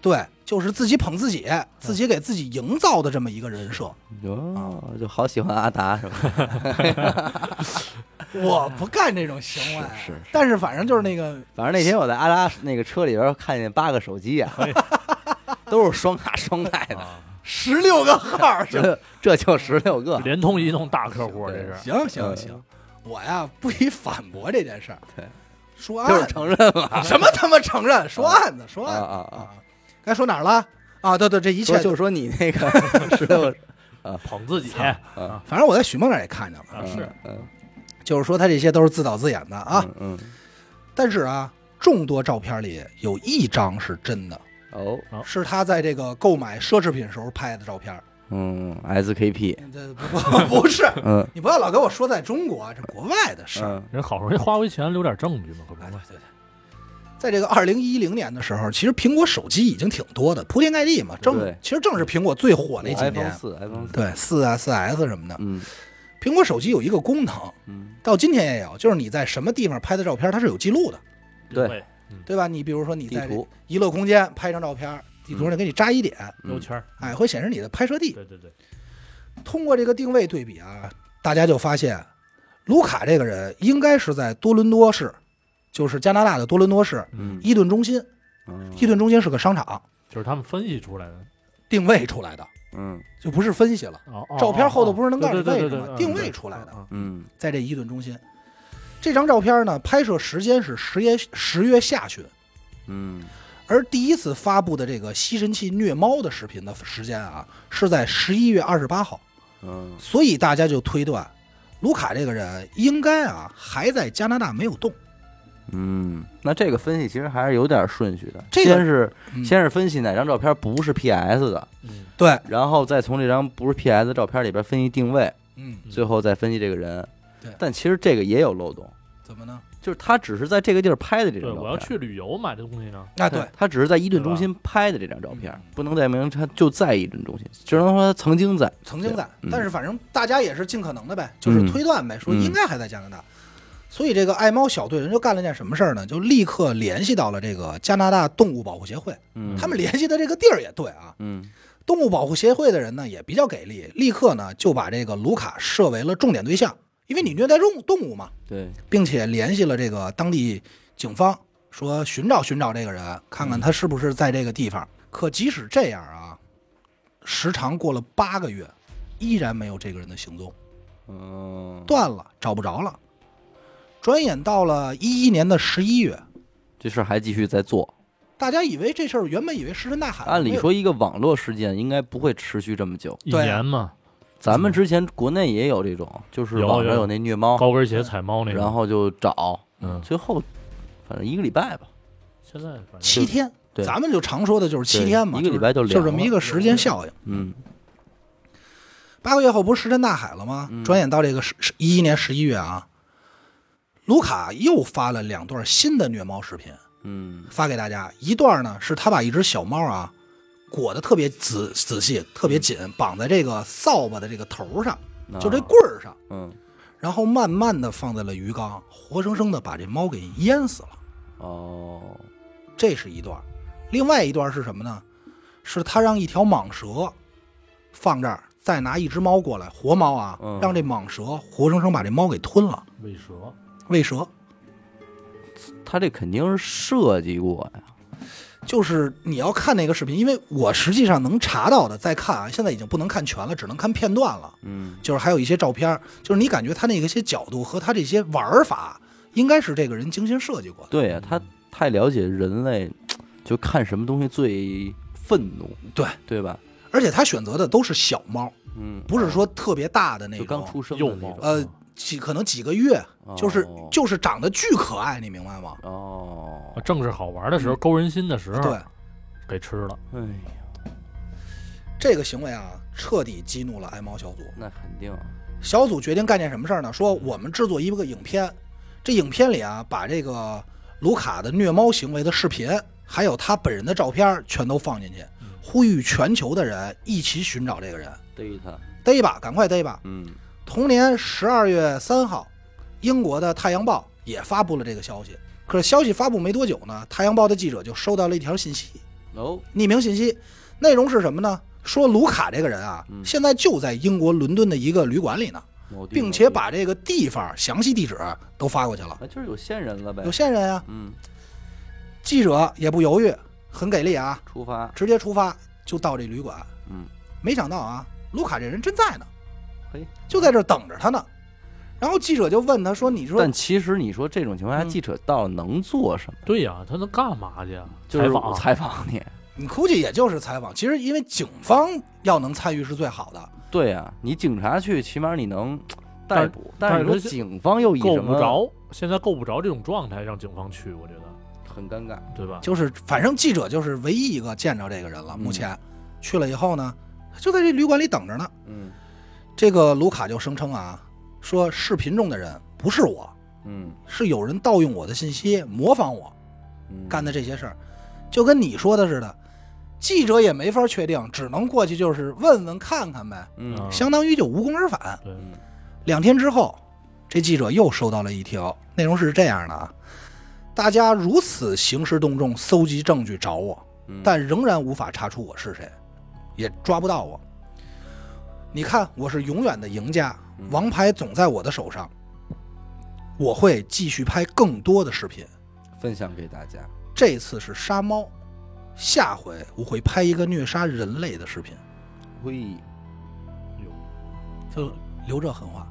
Speaker 2: 对，就是自己捧自己，自己给自己营造的这么一个人设。啊
Speaker 1: 哟，嗯就好喜欢阿达什么的，
Speaker 2: 我不干这种行为，
Speaker 1: 是是
Speaker 2: 但是反正就是那个
Speaker 1: 反正那天我在阿达那个车里边看见八个手机啊，都是双卡双待的，
Speaker 3: 哎啊
Speaker 2: 十六个号，是吧
Speaker 1: 这这就十六个，
Speaker 3: 联通、移动大客户，这是
Speaker 2: 行行
Speaker 1: 嗯
Speaker 2: 行，我呀不以反驳这件事儿，
Speaker 1: 对，
Speaker 2: 说
Speaker 1: 就是
Speaker 2: 案子
Speaker 1: 承认了
Speaker 2: 什么他妈承认，说案子说
Speaker 1: 啊
Speaker 2: 案子
Speaker 1: 啊啊！
Speaker 2: 啊，该说哪儿了啊？对对，这一
Speaker 1: 说
Speaker 2: 切
Speaker 1: 就说你那 个十六，
Speaker 3: 捧自己
Speaker 2: 操
Speaker 1: 啊
Speaker 3: 啊，
Speaker 2: 反正我在许梦那儿也看见了，
Speaker 3: 啊是
Speaker 1: 嗯
Speaker 2: 就是说他这些都是自导自演的啊。，
Speaker 1: 嗯嗯
Speaker 2: 但是啊，众多照片里有一张是真的，
Speaker 1: 哦，
Speaker 2: 是他在这个购买奢侈品时候拍的照片。
Speaker 1: 嗯，SKP，
Speaker 2: 这不 不是，
Speaker 1: 嗯
Speaker 2: 你不要老跟我说在中国，啊这国外的事儿。
Speaker 1: 嗯
Speaker 3: 人好容易花回钱，留点证据嘛，可不
Speaker 2: 哎，
Speaker 3: 嘛
Speaker 2: 对，对对，在这个二零一零年的时候，其实苹果手机已经挺多的，铺天盖地嘛，正
Speaker 1: 对
Speaker 2: 其实正是苹果最火那几
Speaker 1: ，iPhone
Speaker 2: 年，
Speaker 1: 四，iPhone 四，
Speaker 2: 对四啊四 S 什么的，
Speaker 1: 嗯
Speaker 2: 苹果手机有一个功能，
Speaker 1: 嗯，
Speaker 2: 到今天也有，就是你在什么地方拍的照片，它是有记录的，
Speaker 3: 哎
Speaker 1: 对，
Speaker 2: 对吧？你比如说你
Speaker 1: 地
Speaker 2: 在
Speaker 1: 图，嗯
Speaker 2: 娱乐空间拍一张照片，地图上给你扎一点，
Speaker 3: 优圈儿，
Speaker 2: 哎，会显示你的拍摄地。
Speaker 3: 对对对，
Speaker 2: 通过这个定位对比啊，大家就发现，卢卡这个人应该是在多伦多市，就是加拿大的多伦多市
Speaker 1: 嗯
Speaker 2: 伊顿中心，
Speaker 1: 嗯
Speaker 2: 伊顿中心是个商场。
Speaker 3: 就是他们分析出来的。
Speaker 2: 定位出来的，
Speaker 1: 嗯
Speaker 2: 就不是分析了。
Speaker 3: 哦，哦
Speaker 2: 照片后头
Speaker 3: 哦
Speaker 2: 不是能告诉你
Speaker 3: 对对
Speaker 2: 位置
Speaker 3: 对
Speaker 2: 吗
Speaker 3: 对对
Speaker 2: 定
Speaker 3: 嗯
Speaker 2: 位
Speaker 3: 对
Speaker 2: 出来的
Speaker 3: 嗯嗯
Speaker 1: 嗯
Speaker 2: 在这伊顿中心，这张照片呢，拍摄时间是十月十月下旬，
Speaker 1: 嗯
Speaker 2: 而第一次发布的这个吸尘器虐猫的视频的时间啊，是在十一月二十八号，
Speaker 1: 嗯
Speaker 2: 所以大家就推断，卢卡这个人应该啊还在加拿大没有动。
Speaker 1: 嗯，那这个分析其实还是有点顺序的，
Speaker 2: 这个
Speaker 1: 先是
Speaker 2: 嗯
Speaker 1: 先是分析哪张照片不是 PS 的，
Speaker 3: 嗯
Speaker 2: 对，
Speaker 1: 然后再从这张不是 PS 的照片里边分析定位，
Speaker 2: 嗯，
Speaker 3: 嗯
Speaker 1: 最后再分析这个人
Speaker 2: 对。
Speaker 1: 但其实这个也有漏洞，
Speaker 2: 怎么呢？
Speaker 1: 就是他只是在这个地儿拍的这
Speaker 3: 对，
Speaker 1: 张照片。
Speaker 3: 我要去旅游买的东西呢，
Speaker 2: 啊，对，
Speaker 1: 他只是在伊顿中
Speaker 3: 对吧
Speaker 1: 心拍的这张照片
Speaker 2: 嗯，
Speaker 1: 不能证明他就在伊顿中心，只能说他曾经在。
Speaker 2: 曾经在
Speaker 1: 嗯，
Speaker 2: 但是反正大家也是尽可能的呗，就是推断呗，说
Speaker 1: 嗯
Speaker 2: 应该还在加拿大。所以这个爱猫小队人就干了件什么事儿呢？就立刻联系到了这个加拿大动物保护协会，
Speaker 1: 嗯，
Speaker 2: 他们联系的这个地儿也对啊。
Speaker 1: 嗯
Speaker 2: 动物保护协会的人呢也比较给力，立刻呢就把这个卢卡设为了重点对象，因为你虐待动动物嘛，
Speaker 1: 对，
Speaker 2: 并且联系了这
Speaker 1: 嗯
Speaker 2: 个当地警方，说寻找寻找这个人，看看他是不是在这个地方。可即使这样啊，时长过了八个月，依然没有这个人的行踪，
Speaker 1: 嗯，
Speaker 2: 断了，找不着了。转眼到了一一年的十一月，
Speaker 1: 这事儿还继续在做。
Speaker 2: 大家以为这事儿原本以为石沉大海，
Speaker 1: 按
Speaker 2: 没
Speaker 1: 理
Speaker 2: 有
Speaker 1: 说，一个网络事件应该不会持续这么久。
Speaker 3: 一
Speaker 2: 对啊
Speaker 3: 年嘛，
Speaker 1: 咱
Speaker 2: 嗯
Speaker 1: 们之前国内也有这种，就是
Speaker 3: 有
Speaker 1: 网上
Speaker 3: 有
Speaker 1: 有那虐猫，
Speaker 3: 高跟
Speaker 2: 嗯
Speaker 3: 鞋踩猫那个。
Speaker 1: 然后就找，
Speaker 3: 嗯
Speaker 1: 最后反正一个礼拜吧，
Speaker 3: 现在反正
Speaker 2: 七天，
Speaker 1: 对
Speaker 2: 咱们就常说的就是七
Speaker 1: 对
Speaker 2: 天嘛，
Speaker 1: 一个礼拜
Speaker 2: 就
Speaker 1: 就是
Speaker 2: 就
Speaker 1: 凉
Speaker 2: 这么一
Speaker 1: 了
Speaker 2: 个时间效应。
Speaker 1: 嗯，
Speaker 2: 八个月后不是石沉大海了吗？
Speaker 1: 嗯
Speaker 2: 转眼到这个十一一年十一月啊，卢卡又发了两段新的虐猫视频
Speaker 1: 嗯，
Speaker 2: 发给大家。一段呢是他把一只小猫啊裹得特别仔仔细、特别紧，绑在这个扫把的这个头上，
Speaker 1: 那
Speaker 2: 就这，棍儿上，
Speaker 1: 嗯，
Speaker 2: 然后慢慢的放在了鱼缸，活生生的把这猫给淹死了。
Speaker 1: 哦，
Speaker 2: 这是一段。另外一段是什么呢？是他让一条蟒蛇放这儿，再拿一只猫过来，活猫啊
Speaker 1: 嗯，
Speaker 2: 让这蟒蛇活生生把这猫给吞了，
Speaker 3: 尾蛇，
Speaker 2: 喂蛇。
Speaker 1: 他这肯定是设计过呀，
Speaker 2: 就是你要看那个视频，因为我实际上能查到的，再看啊，现在已经不能看全了，只能看片段了。
Speaker 1: 嗯，
Speaker 2: 就是还有一些照片儿，就是你感觉他那个些角度和他这些玩儿法，应该是这个人精心设计过的。
Speaker 1: 对呀，
Speaker 2: 嗯
Speaker 1: 他太了解人类，就看什么东西最愤怒，
Speaker 2: 对
Speaker 1: 对吧？
Speaker 2: 而且他选择的都是小猫，
Speaker 1: 嗯，
Speaker 2: 不是说特别大的那
Speaker 1: 就
Speaker 2: 种，
Speaker 1: 刚出生的
Speaker 3: 幼
Speaker 1: 那
Speaker 3: 猫
Speaker 1: 种，
Speaker 2: 呃几可能几个月，就是
Speaker 1: 哦
Speaker 2: 就是长得巨可爱，你明白吗？
Speaker 1: 哦
Speaker 3: 啊，正是好玩的时候，勾人心的时候，
Speaker 2: 嗯对，
Speaker 3: 给吃了。
Speaker 1: 哎呀，
Speaker 2: 这个行为啊，彻底激怒了爱猫小组。
Speaker 1: 那肯定啊，
Speaker 2: 小组决定干件什么事儿呢？说我们制作一个影片，这影片里啊，把这个卢卡的虐猫行为的视频，还有他本人的照片儿全都放进去，呼吁全球的人一起寻找这个人，
Speaker 1: 逮他，
Speaker 2: 逮吧，赶快逮吧！
Speaker 1: 嗯，
Speaker 2: 同年十二月三号，英国的《太阳报》也发布了这个消息。可是消息发布没多久呢，《太阳报》的记者就收到了一条信息，
Speaker 1: 哦，
Speaker 2: 匿名信息，内容是什么呢？说卢卡这个人啊，
Speaker 1: 嗯
Speaker 2: 现在就在英国伦敦的一个旅馆里呢，
Speaker 1: 铆钉
Speaker 2: 并
Speaker 1: 铆
Speaker 2: 且
Speaker 1: 钉
Speaker 2: 把这个地方详细地址都发过去了。
Speaker 1: 啊，就是有线人了呗
Speaker 2: 有，线人啊，
Speaker 1: 嗯，
Speaker 2: 记者也不犹豫，很给力啊，
Speaker 1: 出发，
Speaker 2: 直接出发就到这旅馆。
Speaker 1: 嗯，
Speaker 2: 没想到啊，卢卡这人真在呢，
Speaker 1: 嘿，
Speaker 2: 就在这儿等着他呢。然后记者就问他说：“你说
Speaker 1: 但其实你说这种情况下，
Speaker 2: 嗯
Speaker 1: 记者到了能做什么？
Speaker 3: 对呀、他能干嘛去啊？
Speaker 1: 就是
Speaker 3: 采访
Speaker 1: 采访你，
Speaker 2: 你估计也就是采访，其实因为警方要能参与是最好的，
Speaker 1: 对呀、你警察去，起码你能
Speaker 3: 但
Speaker 1: 逮
Speaker 3: 是
Speaker 1: 捕，
Speaker 3: 但
Speaker 1: 但是
Speaker 3: 是
Speaker 1: 你说
Speaker 3: 他是
Speaker 1: 警方又以
Speaker 3: 够
Speaker 1: 什
Speaker 3: 不
Speaker 1: 么
Speaker 3: 着，现在够不着这种状态，让警方去，我觉得，
Speaker 1: 很尴尬？
Speaker 3: 对吧？
Speaker 2: 就是反正记者就是唯一一个见着这个人了。
Speaker 1: 嗯
Speaker 2: 目前去了以后呢，就在这旅馆里等着呢。
Speaker 1: 嗯
Speaker 2: 这个卢卡就声称啊，说视频中的人不是我，
Speaker 1: 嗯
Speaker 2: 是有人盗用我的信息，模仿我
Speaker 1: 嗯，
Speaker 2: 干的这些事儿，就跟你说的似的。记者也没法确定，只能过去就是问问看看呗，
Speaker 1: 嗯
Speaker 3: 啊
Speaker 2: 相当于就无功而返。
Speaker 3: 对，
Speaker 1: 嗯
Speaker 2: 两天之后，这记者又收到了一条，内容是这样的啊：大家如此兴师动众搜集证据找我，
Speaker 1: 嗯，
Speaker 2: 但仍然无法查出我是谁，也抓不到我。你看，我是永远的赢家，
Speaker 1: 嗯
Speaker 2: 王牌总在我的手上。我会继续拍更多的视频，
Speaker 1: 分享给大家，
Speaker 2: 这次是杀猫，下回我会拍一个虐杀人类的视频。
Speaker 1: 嘿，
Speaker 3: 有
Speaker 2: 就留这狠话。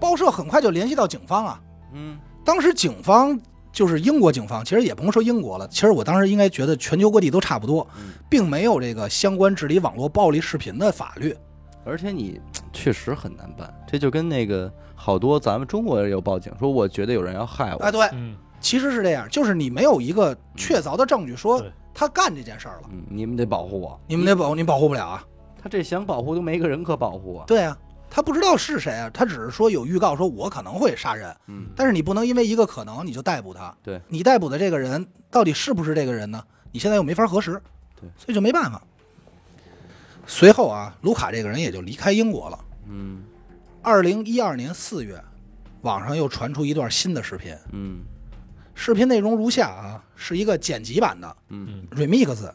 Speaker 2: 报社很快就联系到警方啊，
Speaker 1: 嗯
Speaker 2: 当时警方就是英国警方，其实也甭说英国了，其实我当时应该觉得全球各地都差不多
Speaker 1: 嗯，
Speaker 2: 并没有这个相关治理网络暴力视频的法律。
Speaker 1: 而且你确实很难办，这就跟那个好多咱们中国人有报警说，我觉得有人要害我，
Speaker 2: 哎，对，
Speaker 3: 嗯，
Speaker 2: 其实是这样，就是你没有一个确凿的证据说
Speaker 3: 对
Speaker 2: 他干这件事儿了，
Speaker 1: 嗯，你们得保护我，
Speaker 2: 嗯你们得保你保护不了啊。
Speaker 1: 他这想保护都没个人可保护啊，
Speaker 2: 对啊，他不知道是谁啊，他只是说有预告说我可能会杀人，
Speaker 1: 嗯
Speaker 2: 但是你不能因为一个可能你就逮捕他。
Speaker 1: 对，
Speaker 2: 你逮捕的这个人到底是不是这个人呢？你现在又没法核实，
Speaker 1: 对，
Speaker 2: 所以就没办法。随后啊，卢卡这个人也就离开英国了。
Speaker 1: 嗯
Speaker 2: 二零一二年四月，网上又传出一段新的视频，
Speaker 1: 嗯
Speaker 2: 视频内容如下啊，是一个剪辑版的
Speaker 1: 嗯
Speaker 2: remix，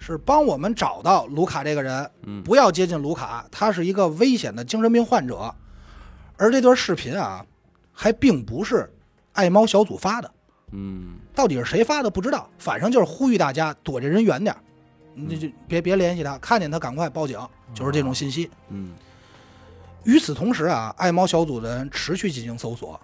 Speaker 2: 是帮我们找到卢卡这个人，
Speaker 1: 嗯
Speaker 2: 不要接近卢卡，他是一个危险的精神病患者。而这段视频啊，还并不是爱猫小组发的，
Speaker 1: 嗯
Speaker 2: 到底是谁发的不知道，反正就是呼吁大家躲这人远点儿。你就别别联系他，看见他赶快报警，就是这种信息。
Speaker 1: 嗯
Speaker 2: 与此同时啊，爱猫小组的人持续进行搜索，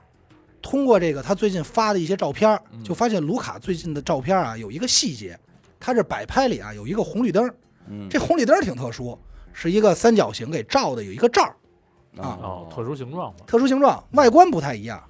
Speaker 2: 通过这个他最近发的一些照片儿，
Speaker 1: 嗯
Speaker 2: 就发现卢卡最近的照片啊有一个细节，他这摆拍里啊有一个红绿灯儿，
Speaker 1: 嗯，
Speaker 2: 这红绿灯儿挺特殊，是一个三角形给罩的，有一个罩儿，
Speaker 1: 嗯
Speaker 2: 啊
Speaker 3: 哦，特殊形状嘛，
Speaker 2: 特殊形状，外观不太一样。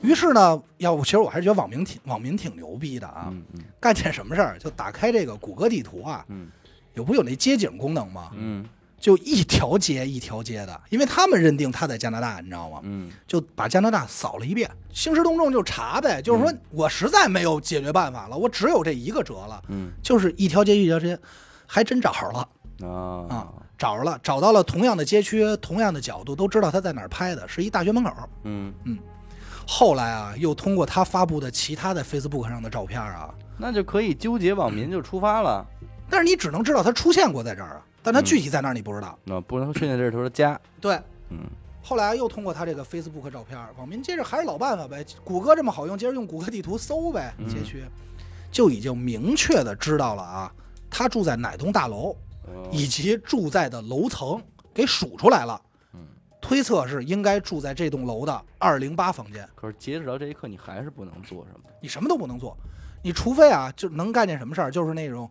Speaker 2: 于是呢，要不其实我还是觉得网民挺网民挺牛逼的啊，
Speaker 1: 嗯嗯
Speaker 2: 干件什么事儿就打开这个谷歌地图啊，
Speaker 1: 嗯
Speaker 2: 有不有那街景功能吗？
Speaker 1: 嗯
Speaker 2: 就一条街一条街的，因为他们认定他在加拿大，你知道吗？
Speaker 1: 嗯
Speaker 2: 就把加拿大扫了一遍，兴师动众就查呗，就是
Speaker 1: 嗯
Speaker 2: 说我实在没有解决办法了，我只有这一个辙了，
Speaker 1: 嗯
Speaker 2: 就是一条街一条街，还真找着了，
Speaker 1: 啊
Speaker 2: 啊找着了，找到了同样的街区、同样的角度，都知道他在哪儿拍的，是一大学门口。
Speaker 1: 嗯，
Speaker 2: 后来啊，又通过他发布的其他在 Facebook 上的照片啊，
Speaker 1: 那就可以纠结网民就出发了。
Speaker 2: 但是你只能知道他出现过在这儿啊，但他
Speaker 1: 嗯
Speaker 2: 具体在哪儿你不知道。
Speaker 1: 那不能训练这是他的 家。
Speaker 2: 对，
Speaker 1: 嗯
Speaker 2: 后来又通过他这个 Facebook 照片，网民接着还是老办法呗，谷歌这么好用，接着用谷歌地图搜呗
Speaker 1: 嗯，
Speaker 2: 街区、就已经明确的知道了啊，他住在哪栋大楼，
Speaker 1: 哦呃
Speaker 2: 以及住在的楼层给数出来了，
Speaker 1: 嗯，
Speaker 2: 推测是应该住在这栋楼的二零八房间。
Speaker 1: 可是截止到这一刻，你还是不能做什么。
Speaker 2: 你什么都不能做，你除非啊，就能干件什么事儿，就是那种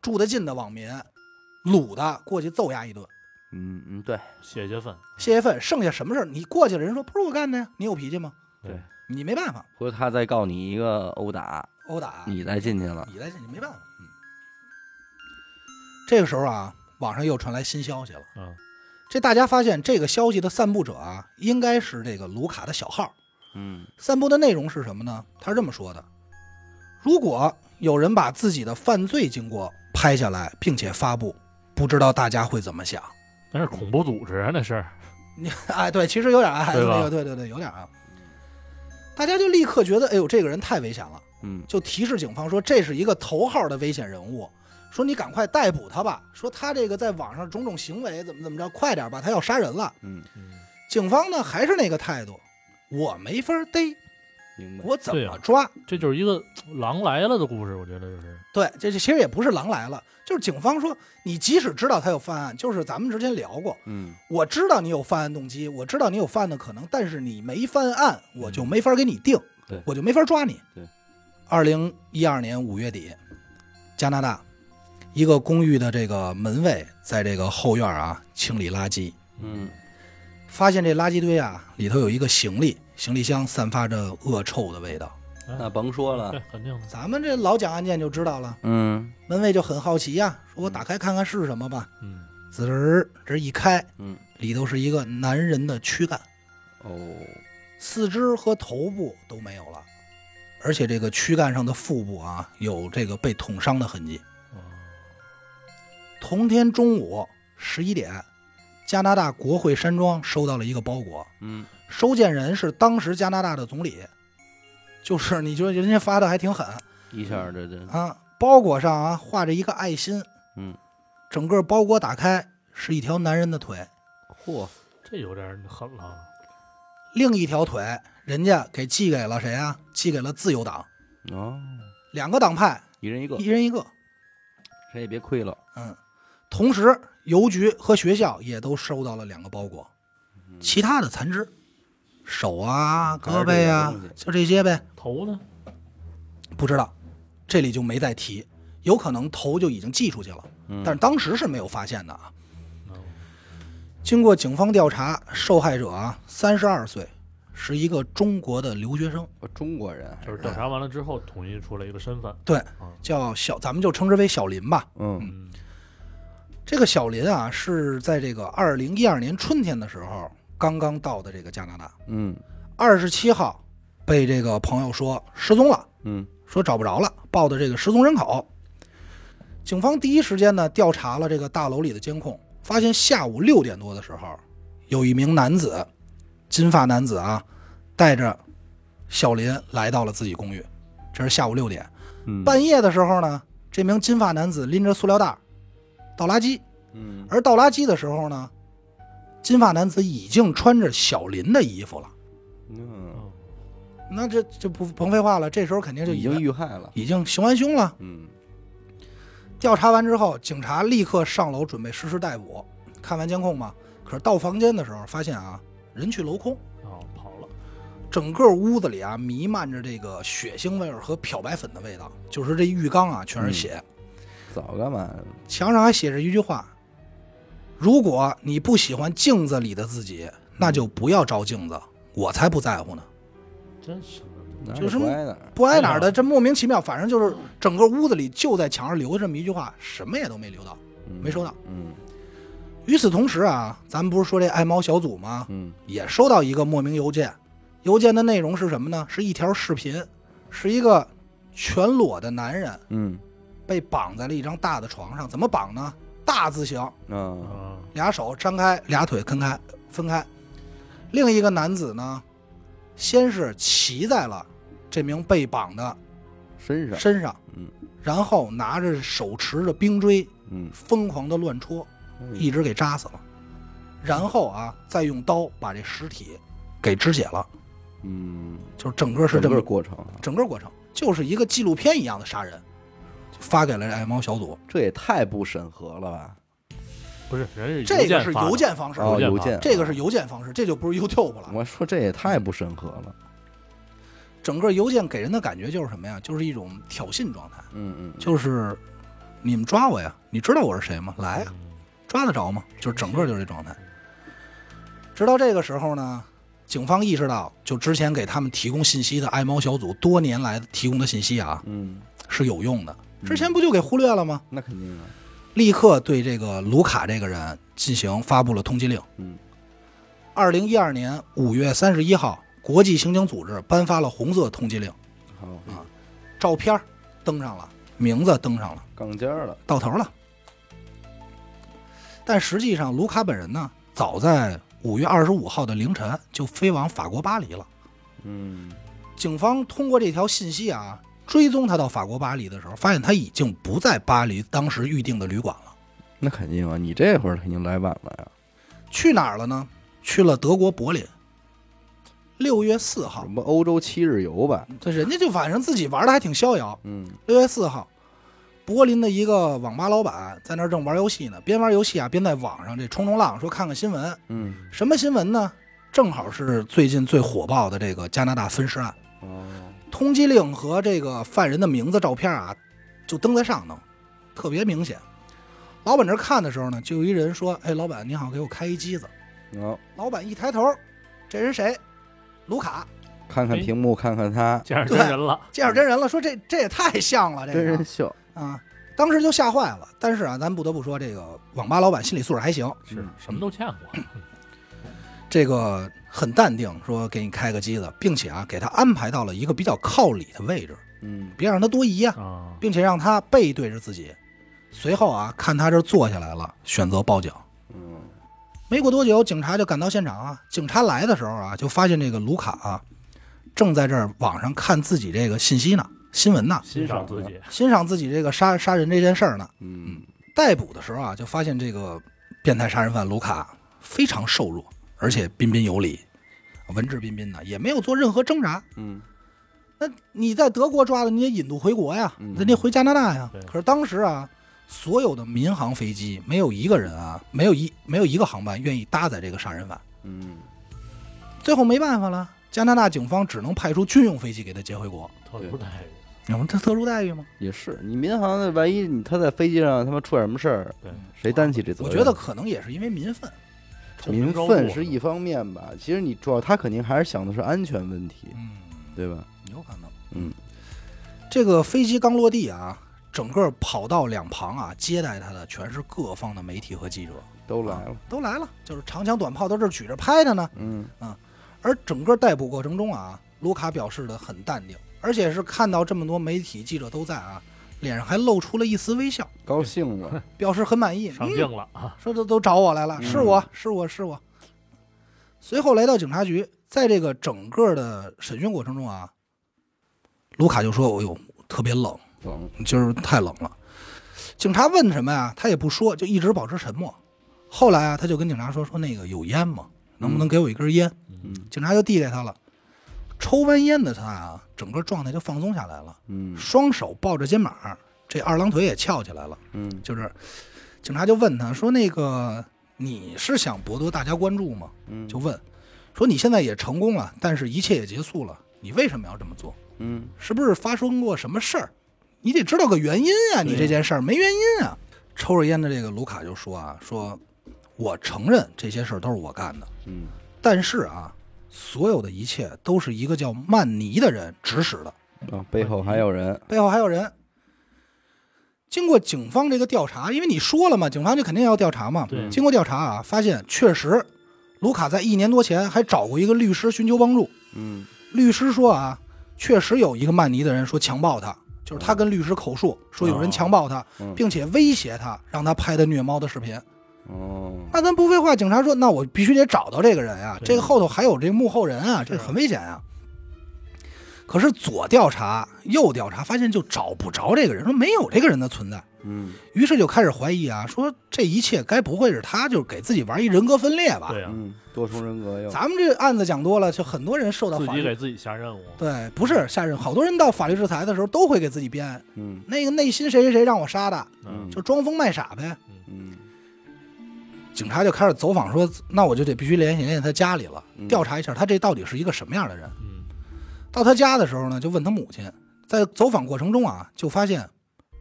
Speaker 2: 住得近的网民，鲁的过去揍他一顿，
Speaker 1: 嗯嗯，对，
Speaker 3: 泄泄愤。
Speaker 2: 泄泄愤。剩下什么事儿，你过去了，人说不是我干的呀，你有脾气吗？
Speaker 1: 对，
Speaker 2: 你没办法，
Speaker 1: 回头他再告你一个殴打，
Speaker 2: 殴打
Speaker 1: 你再进去了。
Speaker 2: 你来这你没办法。嗯，这个时候啊，网上又传来新消息了。
Speaker 3: 嗯，
Speaker 2: 这大家发现这个消息的散布者啊，应该是这个卢卡的小号。
Speaker 1: 嗯
Speaker 2: 散布的内容是什么呢？他是这么说的：如果有人把自己的犯罪经过拍下来，并且发布，不知道大家会怎么想？
Speaker 3: 那是恐怖组织啊，那是。
Speaker 2: 你 哎，对，其实有点哎，
Speaker 3: 对吧
Speaker 2: 对对对对，有点啊。大家就立刻觉得，哎呦，这个人太危险了，
Speaker 1: 嗯
Speaker 2: 就提示警方说这是一个头号的危险人物，说你赶快逮捕他吧，说他这个在网上种种行为怎么怎么着，快点吧，他要杀人了。
Speaker 1: 嗯，
Speaker 3: 嗯，
Speaker 2: 警方呢还是那个态度，我没法逮，
Speaker 1: 明白。
Speaker 2: 我怎
Speaker 3: 对
Speaker 2: 么
Speaker 3: 啊
Speaker 2: 抓？
Speaker 3: 这就是一个狼来了的故事，我觉得就是。
Speaker 2: 对，这这其实也不是狼来了，就是警方说，你即使知道他有犯案，就是咱们之前聊过，
Speaker 1: 嗯
Speaker 2: 我知道你有犯案动机，我知道你有犯案的可能，但是你没犯案，我就没法给你定，
Speaker 1: 对
Speaker 2: 我就没法抓你。
Speaker 1: 对，
Speaker 2: 二零一二年五月底，加拿大一个公寓的这个门卫在这个后院啊清理垃圾，
Speaker 1: 嗯
Speaker 2: 发现这垃圾堆啊里头有一个行李，行李箱散发着恶臭的味道。
Speaker 1: 那甭说
Speaker 3: 对
Speaker 1: 了。，
Speaker 3: 肯定的。
Speaker 2: 咱们这老讲案件就知道了，
Speaker 1: 嗯
Speaker 2: 门卫就很好奇呀、说我打开看看是什么吧。
Speaker 3: 嗯，
Speaker 2: 滋儿，这一开，
Speaker 1: 嗯
Speaker 2: 里头是一个男人的躯干，
Speaker 1: 哦
Speaker 2: 四肢和头部都没有了，而且这个躯干上的腹部啊，有这个被捅伤的痕迹。同天中午十一点，加拿大国会山庄收到了一个包裹，
Speaker 1: 嗯
Speaker 2: 收件人是当时加拿大的总理，就是你觉得人家发的还挺狠
Speaker 1: 一下这这
Speaker 2: 啊，包裹上啊画着一个爱心，
Speaker 1: 嗯，
Speaker 2: 整个包裹打开是一条男人的腿，
Speaker 1: 嚯
Speaker 3: 这有点狠了。啊
Speaker 2: 另一条腿，人家给寄给了谁啊？寄给了自由党，
Speaker 1: 哦，
Speaker 2: 两个党派，
Speaker 1: 一人一个，
Speaker 2: 一人一个。
Speaker 1: 谁也别亏了。
Speaker 2: 嗯，同时邮局和学校也都收到了两个包裹，
Speaker 1: 嗯
Speaker 2: 其他的残肢，手啊、胳膊呀、
Speaker 1: 还是这些东西
Speaker 2: 就这些呗。
Speaker 3: 头呢？
Speaker 2: 不知道，这里就没再提，有可能头就已经寄出去了，
Speaker 1: 嗯
Speaker 2: 但是当时是没有发现的啊。
Speaker 3: 哦
Speaker 2: 经过警方调查，受害者啊，三十二岁，是一个中国的留学生，
Speaker 1: 哦中国人还
Speaker 3: 就是
Speaker 1: 是
Speaker 3: 调查完了之后，统一出来一个身份。
Speaker 2: 对
Speaker 3: 嗯，
Speaker 2: 叫小，咱们就称之为小林吧。
Speaker 1: 嗯
Speaker 3: 嗯
Speaker 2: 这个小林啊，是在这个二零一二年春天的时候刚刚到的这个加拿大，
Speaker 1: 嗯
Speaker 2: 二十七号被这个朋友说失踪了，
Speaker 1: 嗯
Speaker 2: 说找不着了，报的这个失踪人口。警方第一时间呢调查了这个大楼里的监控，发现下午六点多的时候，有一名男子，金发男子啊，带着小林来到了自己公寓，这是下午六点。
Speaker 1: 嗯
Speaker 2: 半夜的时候呢，这名金发男子拎着塑料袋儿倒垃圾，
Speaker 1: 嗯
Speaker 2: 而倒垃圾的时候呢，金发男子已经穿着小林的衣服了。
Speaker 1: 嗯
Speaker 3: 嗯，
Speaker 2: 那这就不甭废话了，这时候肯定就嗯
Speaker 1: 已
Speaker 2: 以为
Speaker 1: 经遇害了。
Speaker 2: 已经行完凶了。
Speaker 1: 嗯
Speaker 2: 调查完之后，警察立刻上楼准备实施逮捕。看完监控嘛，可是到房间的时候发现啊，人去楼空，
Speaker 3: 啊，跑了，
Speaker 2: 整个屋子里啊弥漫着这个血腥味儿和漂白粉的味道，就是这浴缸啊全是血。
Speaker 1: 早干嘛？
Speaker 2: 墙上还写着一句话：“如果你不喜欢镜子里的自己，那就不要照镜子，我才不在乎呢。
Speaker 3: 真什么
Speaker 1: 哪儿
Speaker 2: 就
Speaker 3: 都？
Speaker 1: 也不
Speaker 2: 是
Speaker 1: 挨哪儿”。
Speaker 2: 不挨哪儿的，这莫名其妙，反正就是整个屋子里就在墙上留着这么一句话，什么也都没留到，
Speaker 1: 嗯
Speaker 2: 没收到。
Speaker 1: 嗯
Speaker 2: 与此同时啊，咱们不是说这爱猫小组吗？
Speaker 1: 嗯
Speaker 2: 也收到一个莫名邮件，邮件的内容是什么呢？是一条视频，是一个全裸的男人
Speaker 1: 嗯
Speaker 2: 被绑在了一张大的床上，怎么绑呢？大字形，
Speaker 1: 啊
Speaker 3: 啊，
Speaker 2: 俩手张开，俩腿分开分开。另一个男子呢，先是骑在了这名被绑的
Speaker 1: 身上
Speaker 2: 身上，
Speaker 1: 嗯
Speaker 2: 然后拿着手持着冰锥
Speaker 1: 嗯
Speaker 2: 疯狂的乱戳，
Speaker 1: 哎
Speaker 2: 一直给扎死了。然后啊，再用刀把这尸体给肢解了，
Speaker 1: 嗯
Speaker 2: 就是整个是这
Speaker 1: 整
Speaker 2: 么
Speaker 1: 个过程啊，
Speaker 2: 整个过程，就是一个纪录片一样的杀人，就发给了这爱猫小组。
Speaker 1: 这也太不审核了吧？
Speaker 3: 不是，人家
Speaker 2: 这个是
Speaker 3: 发的
Speaker 2: 邮，件方式，
Speaker 1: 哦，
Speaker 3: 邮件
Speaker 1: 邮
Speaker 3: 吧
Speaker 1: 件啊，
Speaker 2: 这个是邮件方式，这就不是 YouTube 了。
Speaker 1: 我说这也太不审核了。
Speaker 2: 整个邮件给人的感觉就是什么呀？就是一种挑衅状态，
Speaker 1: 嗯嗯，嗯
Speaker 2: 就是你们抓我呀，你知道我是谁吗？来啊呀，
Speaker 3: 嗯
Speaker 2: 抓得着吗？就是整个就是这状态。直到这个时候呢，警方意识到，就之前给他们提供信息的爱猫小组多年来提供的信息啊
Speaker 1: 嗯，
Speaker 2: 是有用的，
Speaker 1: 嗯
Speaker 2: 之前不就给忽略了吗？
Speaker 1: 那肯定啊，
Speaker 2: 立刻对这个卢卡这个人进行发布了通缉令。
Speaker 1: 嗯，
Speaker 2: 二零一二年五月三十一号，国际刑警组织颁发了红色通缉令。
Speaker 1: 好，
Speaker 2: 啊照片儿登上了，名字登上了，
Speaker 1: 杠尖儿了，
Speaker 2: 到头了。但实际上，卢卡本人呢，早在五月二十五号的凌晨就飞往法国巴黎了。
Speaker 1: 嗯
Speaker 2: 警方通过这条信息啊，追踪他到法国巴黎的时候，发现他已经不在巴黎当时预定的旅馆了，
Speaker 1: 那肯定啊，你这会儿肯定来晚了呀。
Speaker 2: 去哪儿了呢？去了德国柏林。六月四号
Speaker 1: 什，么欧洲七日游吧？
Speaker 2: 这人家就反正自己玩的还挺逍遥，
Speaker 1: 嗯
Speaker 2: 六月四号，柏林的一个网吧老板在那儿正玩游戏呢，边玩游戏啊边在网上这冲冲浪，说看看新闻。
Speaker 1: 嗯，
Speaker 2: 什么新闻呢？正好是最近最火爆的这个加拿大分尸案，
Speaker 1: 哦，
Speaker 2: 通缉令和这个犯人的名字、照片啊，就登在上头，特别明显。老板这儿看的时候呢，就有一人说：“哎，老板您好，给我开一机子。
Speaker 1: 嗯好，”
Speaker 2: 老板一抬头，这人谁？卢卡，
Speaker 1: 看看屏幕，看看他
Speaker 3: 见着真人了，
Speaker 2: 见着真人了，说这这也太像了，这
Speaker 1: 真
Speaker 2: 个
Speaker 1: 人秀，
Speaker 2: 啊，当时就吓坏了。但是啊，咱不得不说，这个网吧老板心理素质还行，
Speaker 1: 是
Speaker 3: 什么都见过，
Speaker 2: 这个很淡定，说给你开个机子，并且啊，给他安排到了一个比较靠里的位置，
Speaker 1: 嗯
Speaker 2: 别让他多疑啊，
Speaker 3: 啊，
Speaker 2: 并且让他背对着自己。随后啊，看他这坐下来了，选择报警。
Speaker 1: 嗯
Speaker 2: 没过多久，警察就赶到现场啊。警察来的时候啊，就发现这个卢卡啊，正在这儿网上看自己这个信息呢，新闻呢，
Speaker 3: 欣赏自己，
Speaker 2: 欣赏自己这个杀杀人这件事儿呢。
Speaker 1: 嗯
Speaker 2: 逮捕的时候啊，就发现这个变态杀人犯卢卡非常瘦弱，而且彬彬有礼，文质彬彬的，也没有做任何挣扎。
Speaker 1: 嗯
Speaker 2: 那你在德国抓的，你也引渡回国呀
Speaker 1: 嗯，
Speaker 2: 人家回加拿大呀
Speaker 3: 对。
Speaker 2: 可是当时啊，所有的民航飞机没有一个人啊，没有一没有一个航班愿意搭载这个杀人犯。
Speaker 1: 嗯，
Speaker 2: 最后没办法了，加拿大警方只能派出军用飞机给他接回国。
Speaker 3: 特殊待遇，
Speaker 2: 你们这特殊待遇吗？
Speaker 1: 也是，你民航的，万一你他在飞机上他妈出点什么事儿，
Speaker 3: 对，
Speaker 1: 谁担起这责
Speaker 2: 我
Speaker 1: 任？啊
Speaker 2: 觉得可能也是因为民愤。
Speaker 3: 臭名
Speaker 1: 民
Speaker 3: 昭
Speaker 1: 愤
Speaker 3: 著
Speaker 1: 是一方面吧，其实你主要他肯定还是想的是安全问题，
Speaker 2: 嗯。
Speaker 1: 对吧？
Speaker 2: 有可能。
Speaker 1: 嗯，
Speaker 2: 这个飞机刚落地啊，整个跑道两旁啊，接待他的全是各方的媒体和记者，
Speaker 1: 都来了，
Speaker 2: 都来了，就是长枪短炮都这举着拍他呢。
Speaker 1: 嗯
Speaker 2: 而整个逮捕过程中啊，卢卡表示的很淡定，而且是看到这么多媒体记者都在啊，脸上还露出了一丝微笑，
Speaker 1: 高兴了，
Speaker 2: 表示很满意。嗯
Speaker 3: 上镜了啊，
Speaker 2: 说都都找我来了，
Speaker 1: 嗯
Speaker 2: 是我是我是我。随后来到警察局，在这个整个的审讯过程中啊，卢卡就说：“哎呦，特别冷，
Speaker 1: 冷，
Speaker 2: 今儿太冷了。”警察问什么呀，他也不说，就一直保持沉默。后来啊，他就跟警察说：“说那个有烟吗？能不能给我一根烟
Speaker 1: 嗯？”
Speaker 2: 警察就递给他了。抽完烟的他啊，整个状态就放松下来了，
Speaker 1: 嗯
Speaker 2: 双手抱着肩膀，这二郎腿也翘起来了。
Speaker 1: 嗯
Speaker 2: 就是警察就问他说：“那个你是想博得大家关注吗？”
Speaker 1: 嗯
Speaker 2: 就问说：“你现在也成功了，但是一切也结束了，你为什么要这么做？
Speaker 1: 嗯
Speaker 2: 是不是发生过什么事儿？你得知道个原因啊！你这件事儿没原因啊！”抽着烟的这个卢卡就说：“啊，说我承认这些事儿都是我干的，
Speaker 1: 嗯
Speaker 2: 但是啊，所有的一切都是一个叫曼尼的人指使的。”
Speaker 1: 啊，背后还有人，
Speaker 2: 背后还有人。经过警方这个调查，因为你说了嘛，警方就肯定要调查嘛。
Speaker 3: 对
Speaker 2: 经过调查啊，发现确实，卢卡在一年多前还找过一个律师寻求帮助。
Speaker 1: 嗯
Speaker 2: 律师说啊，确实有一个曼尼的人说强暴他，就是他跟律师口述说有人强暴
Speaker 3: 哦
Speaker 2: 他，
Speaker 1: 嗯
Speaker 2: 并且威胁他，让他拍的虐猫的视频。
Speaker 1: 哦，
Speaker 2: 那咱不废话，警察说，那我必须得找到这个人啊，
Speaker 3: 对
Speaker 2: 这个后头还有这幕后人啊，
Speaker 3: 是啊
Speaker 2: 这很危险啊。可是左调查右调查，发现就找不着这个人，说没有这个人的存在，
Speaker 1: 嗯
Speaker 2: 于是就开始怀疑啊，说这一切该不会是他就是给自己玩一人格分裂吧？
Speaker 3: 对啊，
Speaker 1: 嗯，多重人格又
Speaker 2: 咱们这案子讲多了，就很多人
Speaker 1: 嗯
Speaker 2: 受到
Speaker 3: 自
Speaker 2: 法
Speaker 3: 己
Speaker 2: 律
Speaker 3: 给自己下任务，
Speaker 2: 对，不是吓人，好多人到法律制裁的时候都会给自己编
Speaker 1: 嗯
Speaker 2: 那个内心谁谁谁让我杀的，
Speaker 3: 嗯，
Speaker 2: 就装疯卖傻呗。
Speaker 1: 嗯
Speaker 2: 警察就开始走访说，那我就得必须联系联系他家里了，
Speaker 1: 嗯
Speaker 2: 调查一下他这到底是一个什么样的人。
Speaker 3: 嗯，
Speaker 2: 到他家的时候呢，就问他母亲，在走访过程中啊，就发现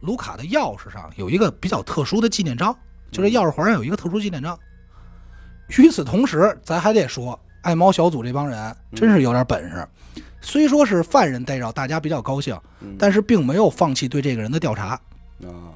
Speaker 2: 卢卡的钥匙上有一个比较特殊的纪念章，就这钥匙环上有一个特殊纪念章。与此同时，咱还得说，爱猫小组这帮人真是有点本事。虽说是犯人逮着，大家比较高兴，
Speaker 1: 嗯
Speaker 2: 但是并没有放弃对这个人的调查。
Speaker 1: 啊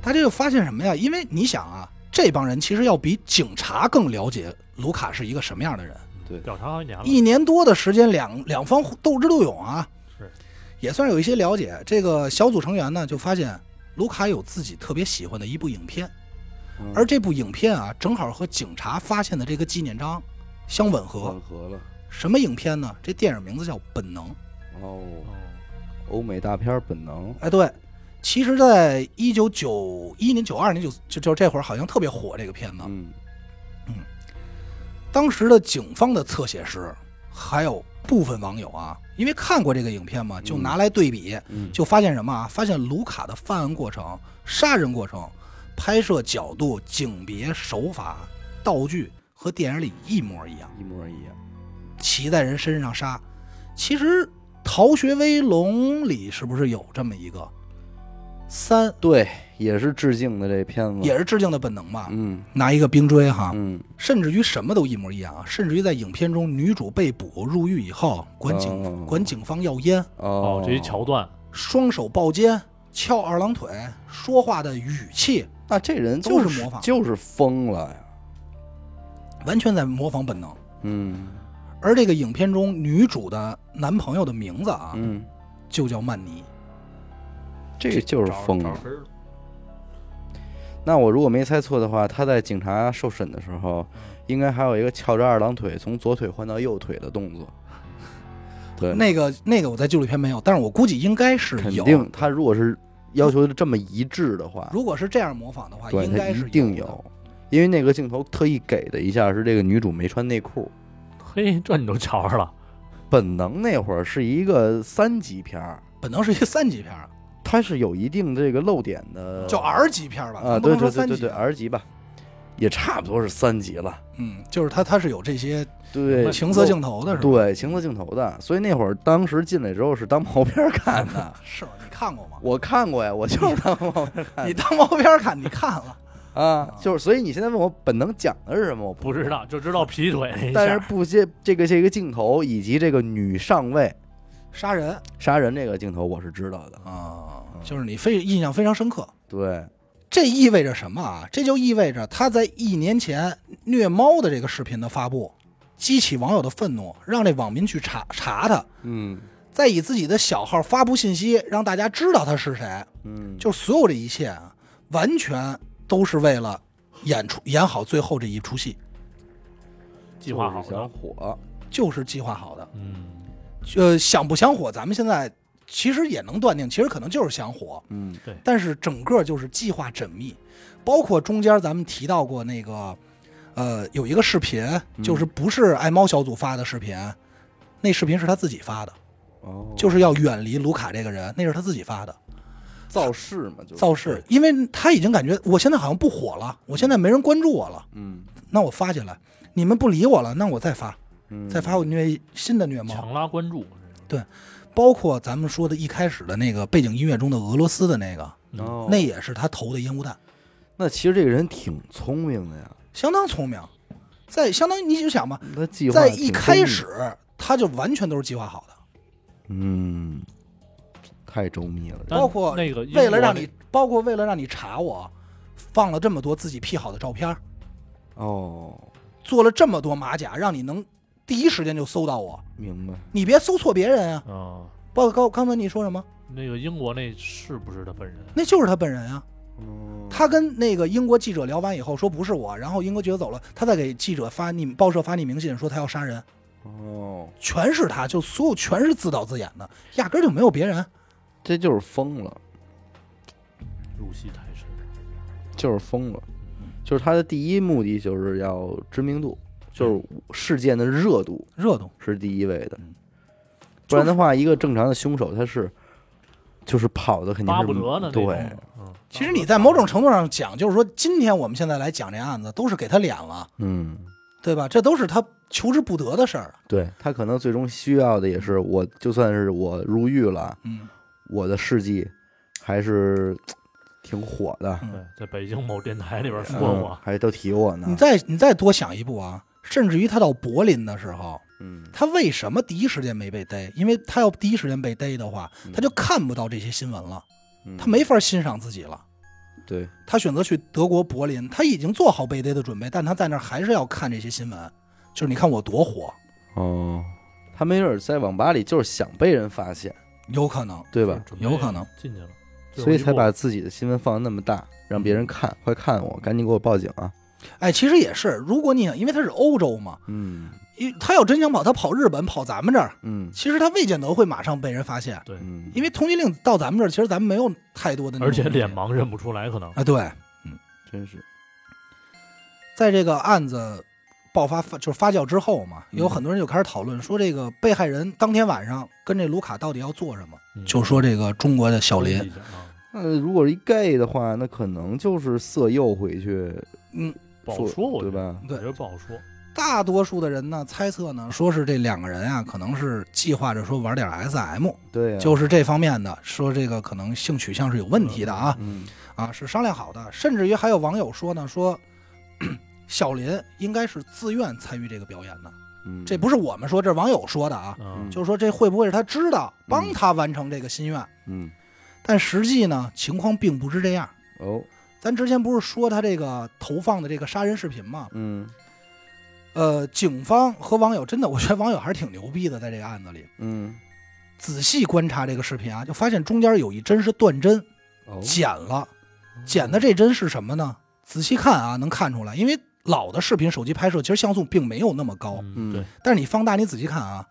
Speaker 2: 大家就发现什么呀？因为你想啊，这帮人其实要比警察更了解卢卡是一个什么样的人。
Speaker 1: 对
Speaker 3: 调查好几年了，
Speaker 2: 一年多的时间，两两方斗智斗勇啊，
Speaker 3: 是
Speaker 2: 也算是有一些了解。这个小组成员呢，就发现卢卡有自己特别喜欢的一部影片，
Speaker 1: 嗯
Speaker 2: 而这部影片啊，正好和警察发现的这个纪念章相吻合
Speaker 3: 嗯
Speaker 1: 混。合了
Speaker 2: 什么影片呢？这电影名字叫《本能》。
Speaker 1: 哦，
Speaker 3: 哦，
Speaker 1: 欧美大片儿本能
Speaker 2: 哎，对，其实，在一九九一年、九二年、九就就这会儿，好像特别火这个片子。
Speaker 1: 嗯
Speaker 2: 当时的警方的侧写师，还有部分网友啊，因为看过这个影片嘛，就拿来对比，
Speaker 1: 嗯
Speaker 2: 就发现什么啊？发现卢卡的犯案过程、杀人过程、拍摄角度、景别、手法、道具和电影里一模一样，
Speaker 1: 一模一样，
Speaker 2: 骑在人身上杀。其实《逃学威龙》里是不是有这么一个三，
Speaker 1: 对，也是致敬的这片子，
Speaker 2: 也是致敬的本能吧？
Speaker 1: 嗯
Speaker 2: 拿一个冰锥哈，
Speaker 1: 嗯
Speaker 2: 甚至于什么都一模一样啊！甚至于在影片中，女主被捕入狱以后，管警、
Speaker 1: 哦
Speaker 2: 管警方要烟，
Speaker 1: 哦
Speaker 3: 哦，这一桥段，
Speaker 2: 双手抱肩，翘二郎腿，说话的语气
Speaker 1: 那这人
Speaker 2: 就
Speaker 1: 就是是
Speaker 2: 模仿
Speaker 1: 就是疯了呀，
Speaker 2: 完全在模仿本能。
Speaker 1: 嗯
Speaker 2: 而这个影片中女主的男朋友的名字啊，
Speaker 1: 嗯，
Speaker 2: 就叫曼尼。
Speaker 1: 这就是
Speaker 3: 找
Speaker 1: 疯
Speaker 3: 找
Speaker 1: 了
Speaker 3: 词。儿
Speaker 1: 那我如果没猜错的话，他在警察受审的时候，应该还有一个翘着二郎腿从左腿换到右腿的动作。对，
Speaker 2: 那个那个我在纪录片没有，但是我估计应该是
Speaker 1: 肯
Speaker 2: 有。
Speaker 1: 定他如果是要求这么一致的话，
Speaker 2: 如果是这样模仿的话，
Speaker 1: 对
Speaker 2: 应
Speaker 1: 他
Speaker 2: 该
Speaker 1: 一
Speaker 2: 是
Speaker 1: 定
Speaker 2: 有的。
Speaker 1: 有，因为那个镜头特意给的一下是这个女主没穿内裤。
Speaker 3: 嘿，这你都瞧着了，
Speaker 1: 本能那会儿是一个三级片儿，
Speaker 2: 本能是一个三级片儿，
Speaker 1: 它是有一定这个漏点的，
Speaker 2: 叫 R 级片儿吧，
Speaker 1: 呃啊，
Speaker 2: 咱不
Speaker 1: 对
Speaker 2: 能
Speaker 1: 对
Speaker 2: 说
Speaker 1: 对
Speaker 2: 三级。
Speaker 1: 对对 R 级吧，也差不多是三级了。
Speaker 2: 嗯，就是它它是有这些
Speaker 1: 对，
Speaker 2: 情色镜头的是吧？，
Speaker 1: 对情色镜头的，所以那会儿当时进来之后是当毛片儿看的
Speaker 2: 是吗？你看过吗？
Speaker 1: 我看过呀，我 就是当毛片儿看
Speaker 2: 你
Speaker 1: 的
Speaker 2: 当毛片儿看，你看了，
Speaker 1: 啊，就是所以你现在问我本能讲的是什么，我
Speaker 3: 不
Speaker 1: 知
Speaker 3: 知道，就知道劈腿那一
Speaker 1: 但
Speaker 3: 下
Speaker 1: 是
Speaker 3: 儿，
Speaker 1: 不接这个这个镜头以及这个女上尉
Speaker 2: 杀人
Speaker 1: 杀人这个镜头我是知道的，
Speaker 2: 啊，就是你非印象非常深刻。
Speaker 1: 对，
Speaker 2: 这意味着什么啊？这就意味着他在一年前虐猫的这个视频的发布，激起网友的愤怒，让这网民去查查他，
Speaker 1: 嗯
Speaker 2: 再以自己的小号发布信息，让大家知道他是谁。
Speaker 1: 嗯，
Speaker 2: 就所有这一切啊，完全都是为了演出演好最后这一出戏，
Speaker 3: 计划好
Speaker 1: 就是想
Speaker 3: 的，
Speaker 1: 火，
Speaker 2: 就是计划好的。
Speaker 3: 嗯，
Speaker 2: 呃，想不想火，咱们现在其实也能断定，其实可能就是想火。
Speaker 1: 嗯
Speaker 2: 但是整个就是计划缜密，包括中间咱们提到过那个，呃，有一个视频，
Speaker 1: 嗯
Speaker 2: 就是不是爱猫小组发的视频，那视频是他自己发的，
Speaker 1: 哦，哦
Speaker 2: 就是要远离卢卡这个人，那是他自己发的。
Speaker 1: 造势嘛，就是
Speaker 2: 造势，，因为他已经感觉我现在好像不火了，我现在没人关注我了，
Speaker 1: 嗯
Speaker 2: 那我发起来，你们不理我了，那我再发，
Speaker 1: 嗯，
Speaker 2: 再发我虐新的虐猫，
Speaker 3: 强拉关注，
Speaker 2: 包括咱们说的一开始的那个背景音乐中的俄罗斯的那个，
Speaker 3: 嗯
Speaker 1: 哦
Speaker 2: 那也是他投的烟雾弹，
Speaker 1: 那其实这个人挺聪明的呀，
Speaker 2: 相当聪明，在相当于你就想吧，
Speaker 1: 他计划
Speaker 2: 在
Speaker 1: 挺
Speaker 2: 一开
Speaker 1: 周密
Speaker 2: 始，他就完全都是计划好的，
Speaker 1: 嗯，太周密了，
Speaker 3: 但
Speaker 2: 包括
Speaker 3: 那个英
Speaker 2: 为了
Speaker 3: 国
Speaker 2: 让
Speaker 3: 那
Speaker 2: 你，包括为了让你查我，放了这么多自己 P 好的照片儿，
Speaker 3: 啊
Speaker 1: 哦，
Speaker 2: 做了这么多马甲，让你能第一时间就搜到我，
Speaker 1: 明白，
Speaker 2: 你别搜错别人啊！
Speaker 3: 嗯，
Speaker 2: 包括刚刚才你说什么？
Speaker 3: 那个英国那是不是他本人？
Speaker 2: 那就是他本人啊！
Speaker 1: 嗯，
Speaker 2: 他跟那个英国记者聊完以后说不是我，然后英国记者走了，他再给记者发匿报社发匿名信说他要杀人，
Speaker 1: 哦，
Speaker 2: 全是他，就所有全是自导自演的，压根儿就没有别人。
Speaker 1: 这就是疯了，
Speaker 3: 入戏太深，
Speaker 1: 就是疯了，
Speaker 3: 嗯
Speaker 1: 就是他的第一目的就是要知名度，就是
Speaker 3: 嗯
Speaker 1: 事件的热度
Speaker 2: 热度
Speaker 1: 是第一位的
Speaker 2: 嗯，
Speaker 1: 不然的话，一个正常的凶手他是就是跑的肯定
Speaker 3: 巴
Speaker 1: 是
Speaker 3: 不得呢，那种
Speaker 1: 对，，
Speaker 3: 嗯，
Speaker 2: 其实你在某种程啊度上讲，就是说今天我们现在来讲这案子，都是给他脸了，
Speaker 1: 嗯。
Speaker 2: 对吧？这都是他求之不得的事儿。啊
Speaker 1: 对他可能最终需要的也是，我就算是我入狱了，
Speaker 2: 嗯，
Speaker 1: 我的事迹还是挺火的，
Speaker 2: 嗯
Speaker 3: 对，在北京某电台里边说
Speaker 1: 嗯
Speaker 3: 我，
Speaker 1: 还都提我呢。
Speaker 2: 你再你再多想一步啊，甚至于他到柏林的时候，
Speaker 1: 嗯，
Speaker 2: 他为什么第一时间没被逮？因为他要第一时间被逮的话，他就看不到这些新闻了，
Speaker 1: 嗯
Speaker 2: 他没法欣赏自己了。
Speaker 1: 对，
Speaker 2: 他选择去德国柏林，他已经做好被逮的准备，但他在那儿还是要看这些新闻，就是你看我多火，
Speaker 1: 哦，他没准在网吧里就是想被人发现，
Speaker 2: 有可能。
Speaker 1: 对吧？
Speaker 3: 准备
Speaker 2: 有可能
Speaker 3: 进去了，最后
Speaker 1: 所以
Speaker 3: 一
Speaker 1: 才
Speaker 3: 步
Speaker 1: 把自己的新闻放得那么大，让别人
Speaker 2: 嗯
Speaker 1: 看，快看我，赶紧给我报警啊！
Speaker 2: 哎，其实也是，如果你想，因为他是欧洲嘛，
Speaker 1: 嗯
Speaker 2: 因为他要真想跑，他跑日本，跑咱们这儿，
Speaker 1: 嗯
Speaker 2: 其实他未见得会马上被人发现，
Speaker 3: 对，
Speaker 1: 嗯，
Speaker 2: 因为通缉令到咱们这儿，其实咱们没有太多的那种
Speaker 3: 而
Speaker 2: 东西，
Speaker 3: 且脸盲认不出来，可能
Speaker 2: 啊，对，
Speaker 1: 真是
Speaker 2: 在这个案子爆发发就是发酵之后嘛，有很多人就开始讨论说，这个被害人当天晚上跟这卢卡到底要做什么？就说这个中国的小林，，
Speaker 3: 嗯啊
Speaker 1: 那如果是一 gay 的话，那可能就是色诱回去，
Speaker 2: 嗯，
Speaker 3: 不好说，我
Speaker 1: 对
Speaker 3: 觉得？
Speaker 1: 吧？
Speaker 3: 我
Speaker 2: 对
Speaker 3: 觉得不好说，
Speaker 2: 大多数的人呢猜测呢，说是这两个人啊，可能是计划着说玩点 SM，
Speaker 1: 对啊呀，
Speaker 2: 就是这方面的，说这个可能性取向是有问题的啊
Speaker 1: 嗯
Speaker 2: 啊，是商量好的，甚至于还有网友说呢，说。 小林应该是自愿参与这个表演的，
Speaker 1: 嗯，
Speaker 2: 这不是我们说，这是网友说的啊。
Speaker 3: 嗯，
Speaker 2: 就是说这会不会是他知道帮他完成这个心愿？
Speaker 1: 嗯
Speaker 2: 但实际呢，情况并不是这样。
Speaker 1: 哦
Speaker 2: 咱之前不是说他这个投放的这个杀人视频吗？
Speaker 1: 嗯
Speaker 2: 呃，警方和网友真的，我 觉得网友还是挺牛逼的，在这个案子里
Speaker 1: 嗯
Speaker 2: 仔细观察这个视频啊，就发现中间有一帧是断针
Speaker 1: 哦
Speaker 2: 剪了，剪的这针是什么呢？仔细看啊，能看出来，因为老的视频手机拍摄其实像素并没有那么高，
Speaker 3: 嗯，对，
Speaker 2: 但是你放大你仔细看啊，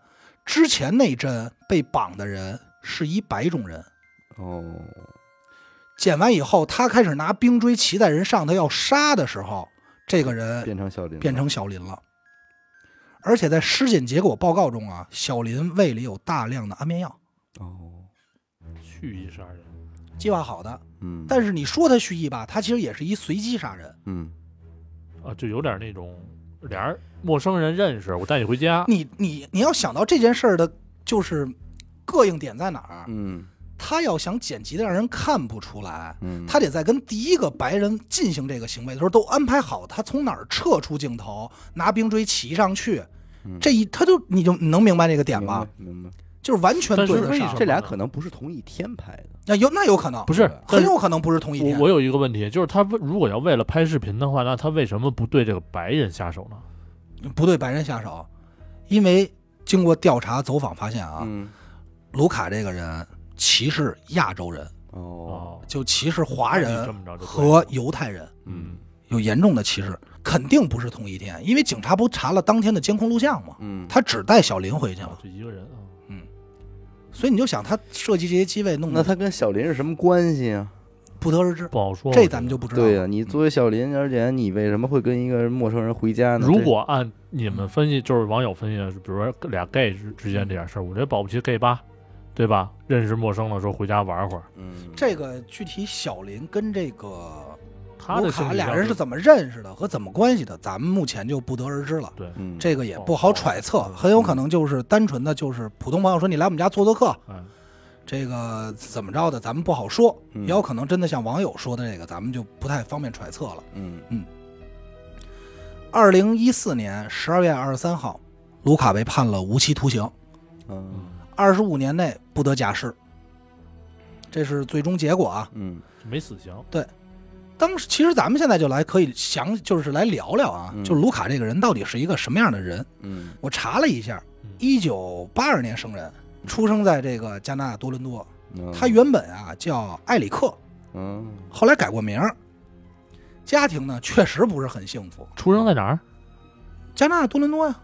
Speaker 2: 之前那针被绑的人是一白种人，
Speaker 1: 哦
Speaker 2: 剪完以后，他开始拿冰锥骑在人上头要杀的时候，这个人
Speaker 1: 变成小林了，
Speaker 2: 变成小林了。而且在尸检结果报告中啊，小林胃里有大量的安眠药，
Speaker 1: 哦
Speaker 3: 蓄意杀人，
Speaker 2: 计划好的。
Speaker 1: 嗯，
Speaker 2: 但是你说他蓄意吧，他其实也是一随机杀人。
Speaker 1: 嗯
Speaker 3: 啊，就有点那种俩人陌生人认识，我带你回家，
Speaker 1: 啊
Speaker 2: 你你你要想到这件事儿的，就是膈应点在哪儿？
Speaker 1: 嗯
Speaker 2: 他要想剪辑的让人看不出来，
Speaker 1: 嗯，
Speaker 2: 他得在跟第一个白人进行这个行为的时候都安排好，他从哪儿撤出镜头，拿冰锥骑上去
Speaker 1: 嗯，
Speaker 2: 这一他就你就你能明白这个啊点
Speaker 1: 明
Speaker 2: 吧
Speaker 1: 白？明白，
Speaker 2: 就是完全
Speaker 3: 但是
Speaker 2: 对
Speaker 3: 为
Speaker 2: 得上
Speaker 3: 什。
Speaker 1: 这
Speaker 3: 么
Speaker 1: 俩
Speaker 3: 呢
Speaker 1: 可能不是同一天拍的，
Speaker 2: 那有那有可能
Speaker 3: 不是
Speaker 1: 对，
Speaker 3: 但
Speaker 2: 很
Speaker 3: 是
Speaker 2: 有可能不是同一
Speaker 3: 我
Speaker 2: 天。
Speaker 3: 我有一个问题，就是他为如果要为了拍视频的话，那他为什么不对这个白人下手呢？
Speaker 2: 不对白人下手，因为经过调查走访发现啊，
Speaker 1: 嗯
Speaker 2: 卢卡这个人歧视亚洲人，
Speaker 1: 哦
Speaker 3: 哦，
Speaker 2: 就歧视华
Speaker 3: 那你这
Speaker 2: 人
Speaker 3: 么着就对
Speaker 2: 和
Speaker 3: 了
Speaker 2: 犹太人，
Speaker 1: 嗯
Speaker 2: 有严重的歧视，肯定不是同一天，因为警察不查了当天的监控录像嘛，
Speaker 1: 嗯，
Speaker 2: 他只带小林回去了
Speaker 3: 啊。就一个人啊，
Speaker 2: 所以你就想他设计这些机位弄
Speaker 1: 那
Speaker 2: 得
Speaker 1: 他跟小林是什么关系啊？
Speaker 2: 不得而知，
Speaker 3: 不好说。
Speaker 2: 这咱们就不知道了。
Speaker 1: 对呀，你作为小林，而且你为什么会跟一个陌生人回家呢？
Speaker 3: 如
Speaker 1: 这
Speaker 3: 果按你们分析，就是网友分析的，比如说俩 gay 之之间这点事儿，我觉得保不齐 gay 吧，对吧？认识陌生了，说回家玩会儿。
Speaker 4: 嗯，
Speaker 2: 这个具体小林跟这个
Speaker 3: 他
Speaker 2: 卢
Speaker 3: 的性
Speaker 2: 卡
Speaker 3: 取
Speaker 2: 俩
Speaker 3: 向
Speaker 2: 人是怎么认识的和怎么关系的，咱们目前就不得而知了。
Speaker 3: 对，
Speaker 4: 嗯
Speaker 2: 这个也
Speaker 3: 哦
Speaker 2: 不好揣测，
Speaker 3: 哦
Speaker 2: 很有可能就是单纯的就是普通朋友说你来我们家做做客，
Speaker 3: 哎，
Speaker 2: 这个怎么着的咱们不好说，
Speaker 4: 嗯
Speaker 2: 也有可能真的像网友说的这个，咱们就不太方便揣测了。
Speaker 4: 嗯
Speaker 2: 二零一四年十二月二十三号，卢卡被判了无期徒刑，
Speaker 4: 嗯
Speaker 2: 二十五年内不得假释，这是最终结果啊。
Speaker 4: 嗯
Speaker 3: 没死刑，
Speaker 2: 当时其实咱们现在就来可以详，就是来聊聊啊，
Speaker 4: 嗯
Speaker 2: 就卢卡这个人到底是一个什么样的人？
Speaker 4: 嗯
Speaker 2: 我查了一下
Speaker 3: 嗯，
Speaker 2: 一九八二年生人，出生在这个加拿大多伦多。
Speaker 4: 嗯，
Speaker 2: 他原本啊叫埃里克，
Speaker 4: 嗯
Speaker 2: 后来改过名儿。家庭呢确实不是很幸福，
Speaker 3: 出生在哪儿？
Speaker 2: 加拿大多伦多呀、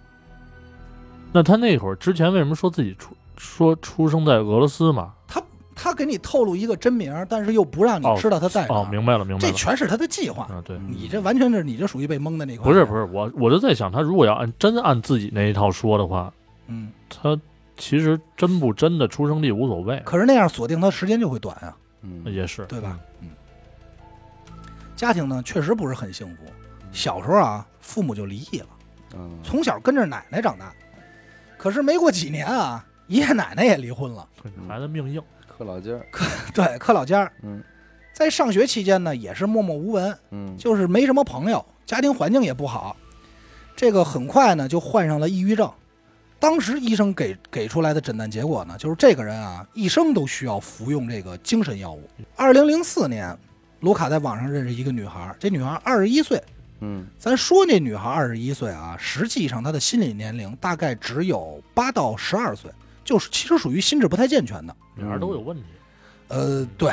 Speaker 3: 那他那会儿之前为什么说自己出说出生在俄罗斯嘛？
Speaker 2: 他给你透露一个真名儿，但是又不让你
Speaker 3: 哦
Speaker 2: 知道他在哪儿。
Speaker 3: 哦，明白了，明白
Speaker 2: 哎这
Speaker 3: 了。
Speaker 2: 全是他的计划。
Speaker 3: 嗯，对，
Speaker 2: 你这完全是你这属于被蒙的那块。
Speaker 3: 不是不，是，我我就在想，他如果要按真按自己那一套说的话，
Speaker 2: 嗯，
Speaker 3: 他其实真不真的出生地无所谓，
Speaker 2: 可是那样锁定他时间就会短啊，
Speaker 1: 哎
Speaker 4: 嗯
Speaker 3: 也是
Speaker 2: 对吧？嗯，家庭呢确实不是很幸福，小时候啊父母就离异了，
Speaker 4: 嗯
Speaker 2: 从小跟着奶奶长大，可是没过几年啊， 爷爷奶奶也离婚了。
Speaker 3: 嗯孩子命硬，
Speaker 4: 克老劲儿，
Speaker 2: 对，柯老尖儿
Speaker 4: 嗯
Speaker 2: 在上学期间呢，也是默默无闻，
Speaker 4: 嗯
Speaker 2: 就是没什么朋友，家庭环境也不好，这个很快呢就患上了抑郁症。当时医生给给出来的诊断结果呢，就是这个人啊一生都需要服用这个精神药物。二零零四年，卢卡在网上认识一个女孩，这女孩二十一岁。
Speaker 4: 嗯
Speaker 2: 咱说那女孩二十一岁啊，实际上她的心理年龄大概只有八到十二岁，就是其实属于心智不太健全的。
Speaker 3: 俩人都有问题。
Speaker 2: 呃，对，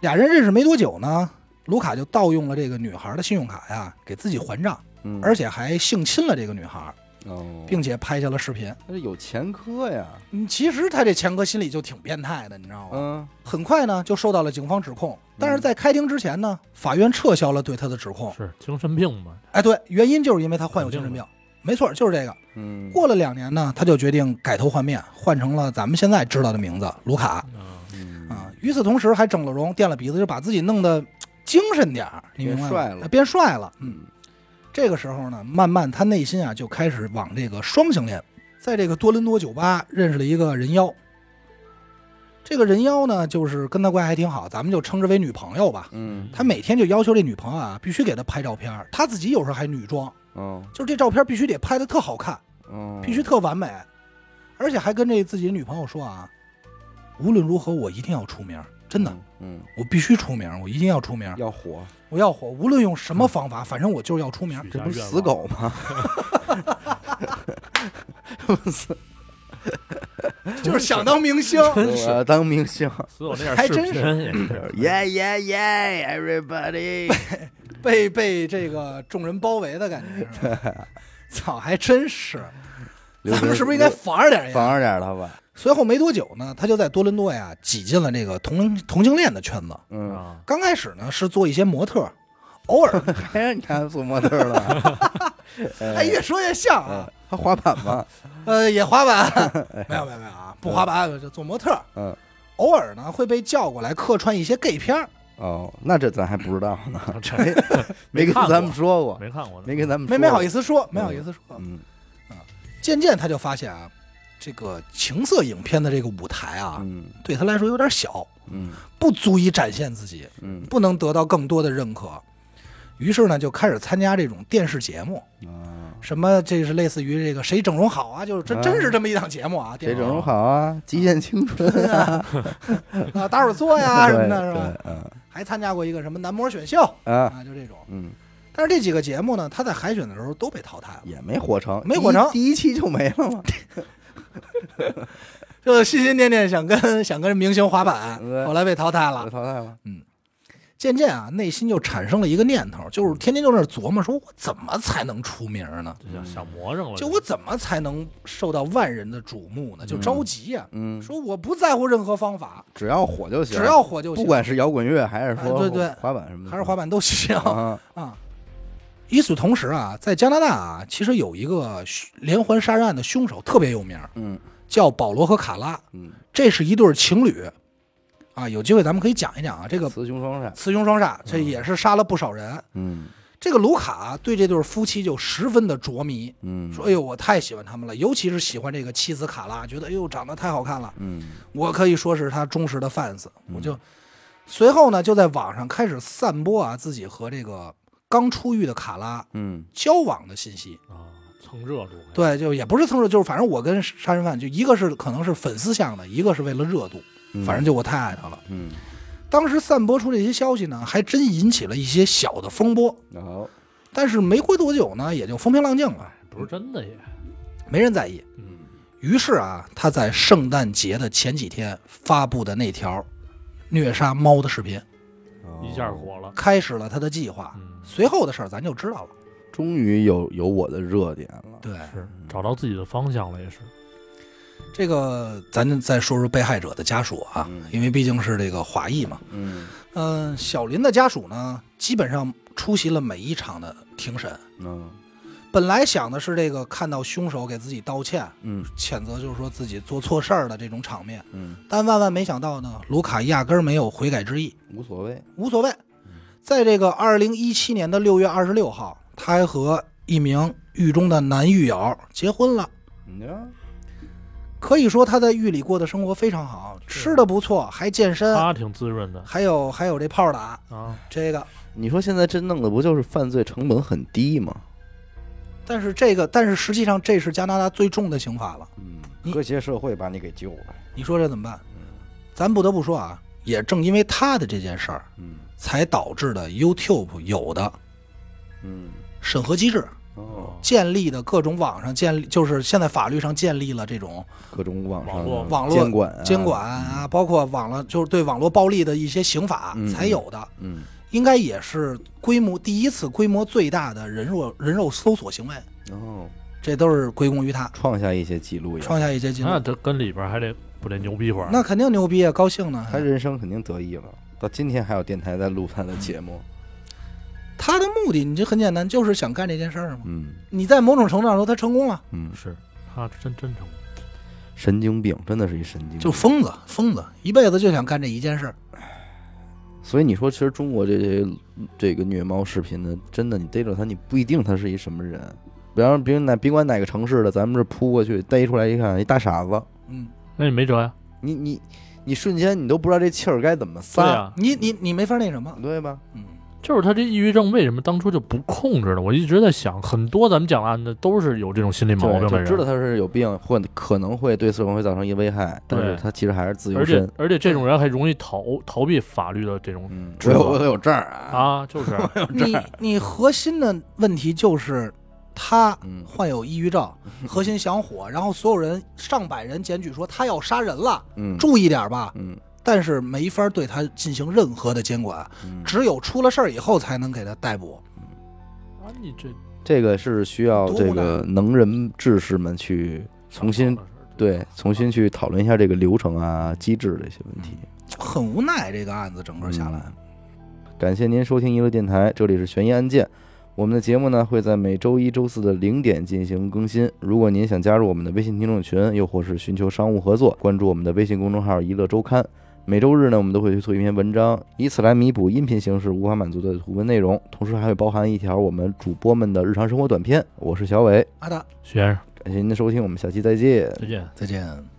Speaker 2: 俩人认识没多久呢，卢卡就盗用了这个女孩的信用卡呀，给自己还账，
Speaker 4: 嗯，
Speaker 2: 而且还性侵了这个女孩，
Speaker 4: 哦，
Speaker 2: 并且拍下了视频。
Speaker 4: 他是有前科呀，
Speaker 2: 嗯，其实他这强哥心里就挺变态的，你知道吗？
Speaker 4: 嗯
Speaker 2: 很快呢就受到了警方指控，但是在开庭之前呢，法院撤销了对他的指控。
Speaker 3: 是精神病嘛？
Speaker 2: 哎，对，原因就是因为他患有精神
Speaker 3: 肯定
Speaker 2: 病，没错，就是这个。
Speaker 4: 嗯，
Speaker 2: 过了两年呢，他就决定改头换面，换成了咱们现在知道的名字卢卡
Speaker 4: 嗯
Speaker 3: 嗯，
Speaker 2: 啊。与此同时，还整了容、垫了鼻子，就把自己弄得嘖精神点儿，你明白吗？
Speaker 4: 变帅了
Speaker 2: 哎变帅了。嗯，
Speaker 4: 嗯
Speaker 2: 这个时候呢，慢慢他内心啊就开始往这个双性恋，在这个多伦多酒吧认识了一个人妖。这个人妖呢，就是跟他关系还挺好，咱们就称之为女朋友吧。
Speaker 4: 嗯
Speaker 2: 他每天就要求这女朋友啊，必须给他拍照片儿，他自己有时候还女装，
Speaker 4: 哦
Speaker 2: 就是这照片必须得拍的特好看。
Speaker 4: 哦，
Speaker 2: 必须特完美，而且还跟这自己的女朋友说啊，无论如何我一定要出名，真的，
Speaker 4: 嗯，
Speaker 2: 我必须出名，我一定要出名
Speaker 3: 啊
Speaker 4: 嗯，要火，
Speaker 2: 我要火，无论用什么
Speaker 4: 嗯
Speaker 2: 方法，反正我就是要出名
Speaker 3: 许。
Speaker 4: 这
Speaker 3: 下
Speaker 4: 不是
Speaker 3: 愿
Speaker 4: 死
Speaker 3: 望，
Speaker 4: 狗吗？不是，
Speaker 2: 就是想当明星，
Speaker 4: 我要当明 星，
Speaker 3: 死狗那点
Speaker 2: 还
Speaker 3: 视
Speaker 2: 真
Speaker 3: 频
Speaker 2: 是
Speaker 3: 也
Speaker 4: 耶
Speaker 3: 是
Speaker 4: 耶耶，everybody，
Speaker 2: 被被这个众人包围的感觉是吧。 操，还真是，
Speaker 4: 刘
Speaker 2: 咱们
Speaker 4: 真
Speaker 2: 是不是应该防着点
Speaker 4: 防
Speaker 2: 呀？
Speaker 4: 着点他吧？
Speaker 2: 随后没多久呢，他就在多伦多呀挤进了这个同同性恋的圈子。
Speaker 4: 嗯，
Speaker 3: 啊，
Speaker 2: 刚开始呢是做一些模特，偶 尔，
Speaker 4: 还让你 看做模特 了？
Speaker 2: 哎，越说越像啊。
Speaker 4: 嗯，还滑板吗？
Speaker 2: 呃，也滑板， 没有没有没有啊，不滑板就做模特儿，
Speaker 4: 嗯，
Speaker 2: 偶尔呢会被叫过来客串一些 gay 片儿，
Speaker 4: 哦，那这咱还不知道呢，
Speaker 3: 这
Speaker 4: 没没跟
Speaker 3: 看过
Speaker 4: 咱们说过，
Speaker 3: 没看过呢，
Speaker 4: 没跟咱们
Speaker 2: 没没好意
Speaker 4: 思，
Speaker 2: 思说，没好意思说。
Speaker 4: 嗯
Speaker 2: 渐渐他就发现啊，这个情色影片的这个舞台啊，
Speaker 4: 嗯
Speaker 2: 对他来说有点小，
Speaker 4: 嗯
Speaker 2: 不足以展现自己，
Speaker 4: 嗯
Speaker 2: 不能得到更多的认可。于是呢，就开始参加这种电视节目，
Speaker 4: 啊，
Speaker 2: 什么这是类似于这个谁整容好啊，就是这
Speaker 4: 啊
Speaker 2: 真是这么一档节目啊，
Speaker 4: 谁
Speaker 2: 电
Speaker 4: 整容好啊？极限青春啊，
Speaker 2: 啊打手作呀什么的，是吧？
Speaker 4: 对？对
Speaker 2: 还参加过一个什么男模选秀
Speaker 4: 嗯啊，
Speaker 2: 啊，就这种。
Speaker 4: 嗯，
Speaker 2: 但是这几个节目呢，他在海选的时候都被淘汰了。
Speaker 4: 也没火成，
Speaker 2: 没火成
Speaker 4: 第一第一期就没 了嘛。
Speaker 2: 就心心念念想跟想跟明星滑板，
Speaker 4: 对
Speaker 2: 后来被淘汰
Speaker 4: 被
Speaker 2: 了。
Speaker 4: 淘汰了。
Speaker 2: 渐渐啊，内心就产生了一个念头，就是
Speaker 4: 嗯
Speaker 2: 天天就在那儿琢磨，说我怎么才能出名呢？
Speaker 3: 这想想魔怔了，
Speaker 2: 就我怎么才能受到万人的瞩目呢？就着急呀、
Speaker 4: 嗯，
Speaker 2: 说我不在乎任何方法，
Speaker 4: 只要火就行，
Speaker 2: 只要火就行，
Speaker 4: 不管是摇滚乐还是说
Speaker 2: 哎对对
Speaker 4: 滑板什么的，
Speaker 2: 还是滑板都行
Speaker 4: 啊，
Speaker 2: 啊。与此同时啊，在加拿大啊，其实有一个凶连环杀人案的凶手特别有名，
Speaker 4: 嗯
Speaker 2: 叫保罗和卡拉，
Speaker 1: 嗯，
Speaker 2: 这是一对儿情侣，啊，有机会咱们可以讲一讲啊，这个
Speaker 1: 雌雄双煞，
Speaker 2: 雌雄双煞，
Speaker 4: 嗯
Speaker 2: 这也是杀了不少人。
Speaker 1: 嗯
Speaker 2: 这个卢卡啊对这对夫妻就十分的着迷，
Speaker 1: 嗯，
Speaker 2: 说：“哎呦，我太喜欢他们了，尤其是喜欢这个妻子卡拉，觉得哎呦长得太好看了，
Speaker 1: 嗯
Speaker 2: 我可以说是他忠实的 fans。”我就随后呢就在网上开始散播啊自己和这个刚出狱的卡拉
Speaker 1: 嗯
Speaker 2: 交往的信息。
Speaker 3: 啊，蹭热度。，
Speaker 2: 对，就也不是蹭热，就是反正我跟杀人犯就一个是可能是粉丝向的，一个是为了热度，
Speaker 1: 嗯，
Speaker 2: 反正就我太爱他了。
Speaker 1: 嗯，
Speaker 2: 当时散播出这些消息呢，还真引起了一些小的风波，
Speaker 1: 然后
Speaker 2: 但是没过多久呢，也就风平浪静了，
Speaker 3: 不是真的
Speaker 2: 哦
Speaker 3: 也。
Speaker 2: 没人在意。
Speaker 3: 嗯，
Speaker 2: 于是啊，他在圣诞节的前几天发布的那条虐杀猫的视频，
Speaker 3: 一下，火了。
Speaker 2: 开始了他的计划。
Speaker 3: 嗯，
Speaker 2: 随后的事儿咱就知道了。
Speaker 1: 终于有有我的热点了，
Speaker 2: 对，
Speaker 3: 是找到自己的方向了，也是。
Speaker 2: 这个咱再说说被害者的家属啊
Speaker 1: 嗯，
Speaker 2: 因为毕竟是这个华裔嘛。
Speaker 1: 嗯，
Speaker 2: 嗯、小林的家属呢，基本上出席了每一场的庭审。
Speaker 1: 嗯
Speaker 2: 本来想的是这个看到凶手给自己道歉，
Speaker 1: 嗯
Speaker 2: 谴责就是说自己做错事儿的这种场面，
Speaker 1: 嗯，
Speaker 2: 但万万没想到呢，卢卡压根儿没有悔改之意，
Speaker 1: 无所谓，
Speaker 2: 无所谓。在这个二零一七年的六月二十六号，他还和一名狱中的男狱友结婚了。
Speaker 1: 你呢？
Speaker 2: 可以说他在狱里过的生活非常好，吃的不错，还健身，
Speaker 3: 他挺滋润的
Speaker 2: 还有还有这炮打
Speaker 3: 啊，
Speaker 2: 这个。
Speaker 1: 你说现在这弄的不就是犯罪成本很低吗？
Speaker 2: 但是这个，但是实际上这是加拿大最重的刑罚了。
Speaker 1: 嗯，
Speaker 2: 你
Speaker 1: 和谐社会把你给救了，
Speaker 2: 你说这怎么办？咱不得不说啊，也正因为他的这件事儿，
Speaker 1: 嗯
Speaker 2: 才导致了 YouTube 有的
Speaker 1: 嗯，
Speaker 2: 审核机制
Speaker 1: 哦，
Speaker 2: 建立的各种网上建立，就是现在法律上建立了这种
Speaker 1: 各种网上
Speaker 3: 网络
Speaker 1: 的
Speaker 2: 网络
Speaker 1: 监管啊
Speaker 2: 监管，啊，包括网络就是对网络暴力的一些刑法
Speaker 1: 嗯
Speaker 2: 才有的，
Speaker 1: 嗯，
Speaker 2: 应该也是规模第一次规模最大的人肉人肉搜索行为，
Speaker 1: 然后
Speaker 2: 这都是归功于他
Speaker 1: 哦创下一些记录也，
Speaker 2: 创下一些记
Speaker 3: 那
Speaker 2: 录。
Speaker 3: 他跟里边还得不得牛逼会儿？
Speaker 2: 那肯定牛逼啊，高兴呢。
Speaker 1: 他人生肯定得意了。到今天还有电台在录他的节目，
Speaker 2: 他的目的，你这很简单，就是想干这件事儿嘛。
Speaker 1: 嗯
Speaker 2: 你在某种程度上说他成功了，
Speaker 1: 嗯，
Speaker 3: 是他真真成功。
Speaker 1: 神经病真的是一神经病，
Speaker 2: 就疯子，疯子一辈子就想干这一件事儿。
Speaker 1: 所以你说，其实中国这些这个虐猫视频呢，真的你逮着他，你不一定他是一什么人。比方说，别人哪甭管哪个城市的，咱们这扑过去逮出来一看，一大傻子，
Speaker 2: 嗯，
Speaker 3: 那你没辙呀，
Speaker 1: 你你你瞬间你都不知道这气儿该怎么
Speaker 3: 对啊
Speaker 1: 撒，
Speaker 3: 呀，
Speaker 2: 你你你没法那什么，
Speaker 1: 对吧？
Speaker 2: 嗯，
Speaker 3: 就是他这抑郁症为什么当初就不控制呢？我一直在想，很多咱们讲的案子都是有这种心理毛病
Speaker 1: 对就
Speaker 3: 的
Speaker 1: 知道
Speaker 3: 人，
Speaker 1: 他是有病，或可能会对社会造成一危害，但是
Speaker 3: 对
Speaker 1: 他其实还是自由
Speaker 3: 而且
Speaker 1: 身。
Speaker 3: 而且这种人还容易逃逃避法律的这种
Speaker 1: 嗯，
Speaker 3: 知道
Speaker 1: 有证儿啊，
Speaker 3: 啊，就是
Speaker 2: 你你核心的问题就是他
Speaker 1: 嗯
Speaker 2: 患有抑郁症，核心想火，然后所有人上百人检举说他要杀人了，
Speaker 1: 嗯
Speaker 2: 注意点吧。
Speaker 1: 嗯
Speaker 2: 但是没法对他进行任何的监管，
Speaker 1: 嗯，
Speaker 2: 只有出了事儿以后才能给他逮捕。
Speaker 3: 啊，你这
Speaker 1: 这个是需要这个能人志士们去重新对重新去讨论一下这个流程啊、机制这些问题。
Speaker 2: 很无奈，这个案子整个下来，
Speaker 1: 感谢您收听一路电台，这里是悬疑案件。我们的节目呢会在每周一、周四的零点进行更新。如果您想加入我们的微信听众群，又或是寻求商务合作，关注我们的微信公众号“一乐周刊”。每周日呢，我们都会推出一篇文章，以此来弥补音频形式无法满足的图文内容，同时还会包含一条我们主播们的日常生活短片。我是小伟，
Speaker 2: 阿达，
Speaker 3: 徐先生
Speaker 1: 感谢您的收听，我们下期再见。
Speaker 3: 再见。
Speaker 2: 再见。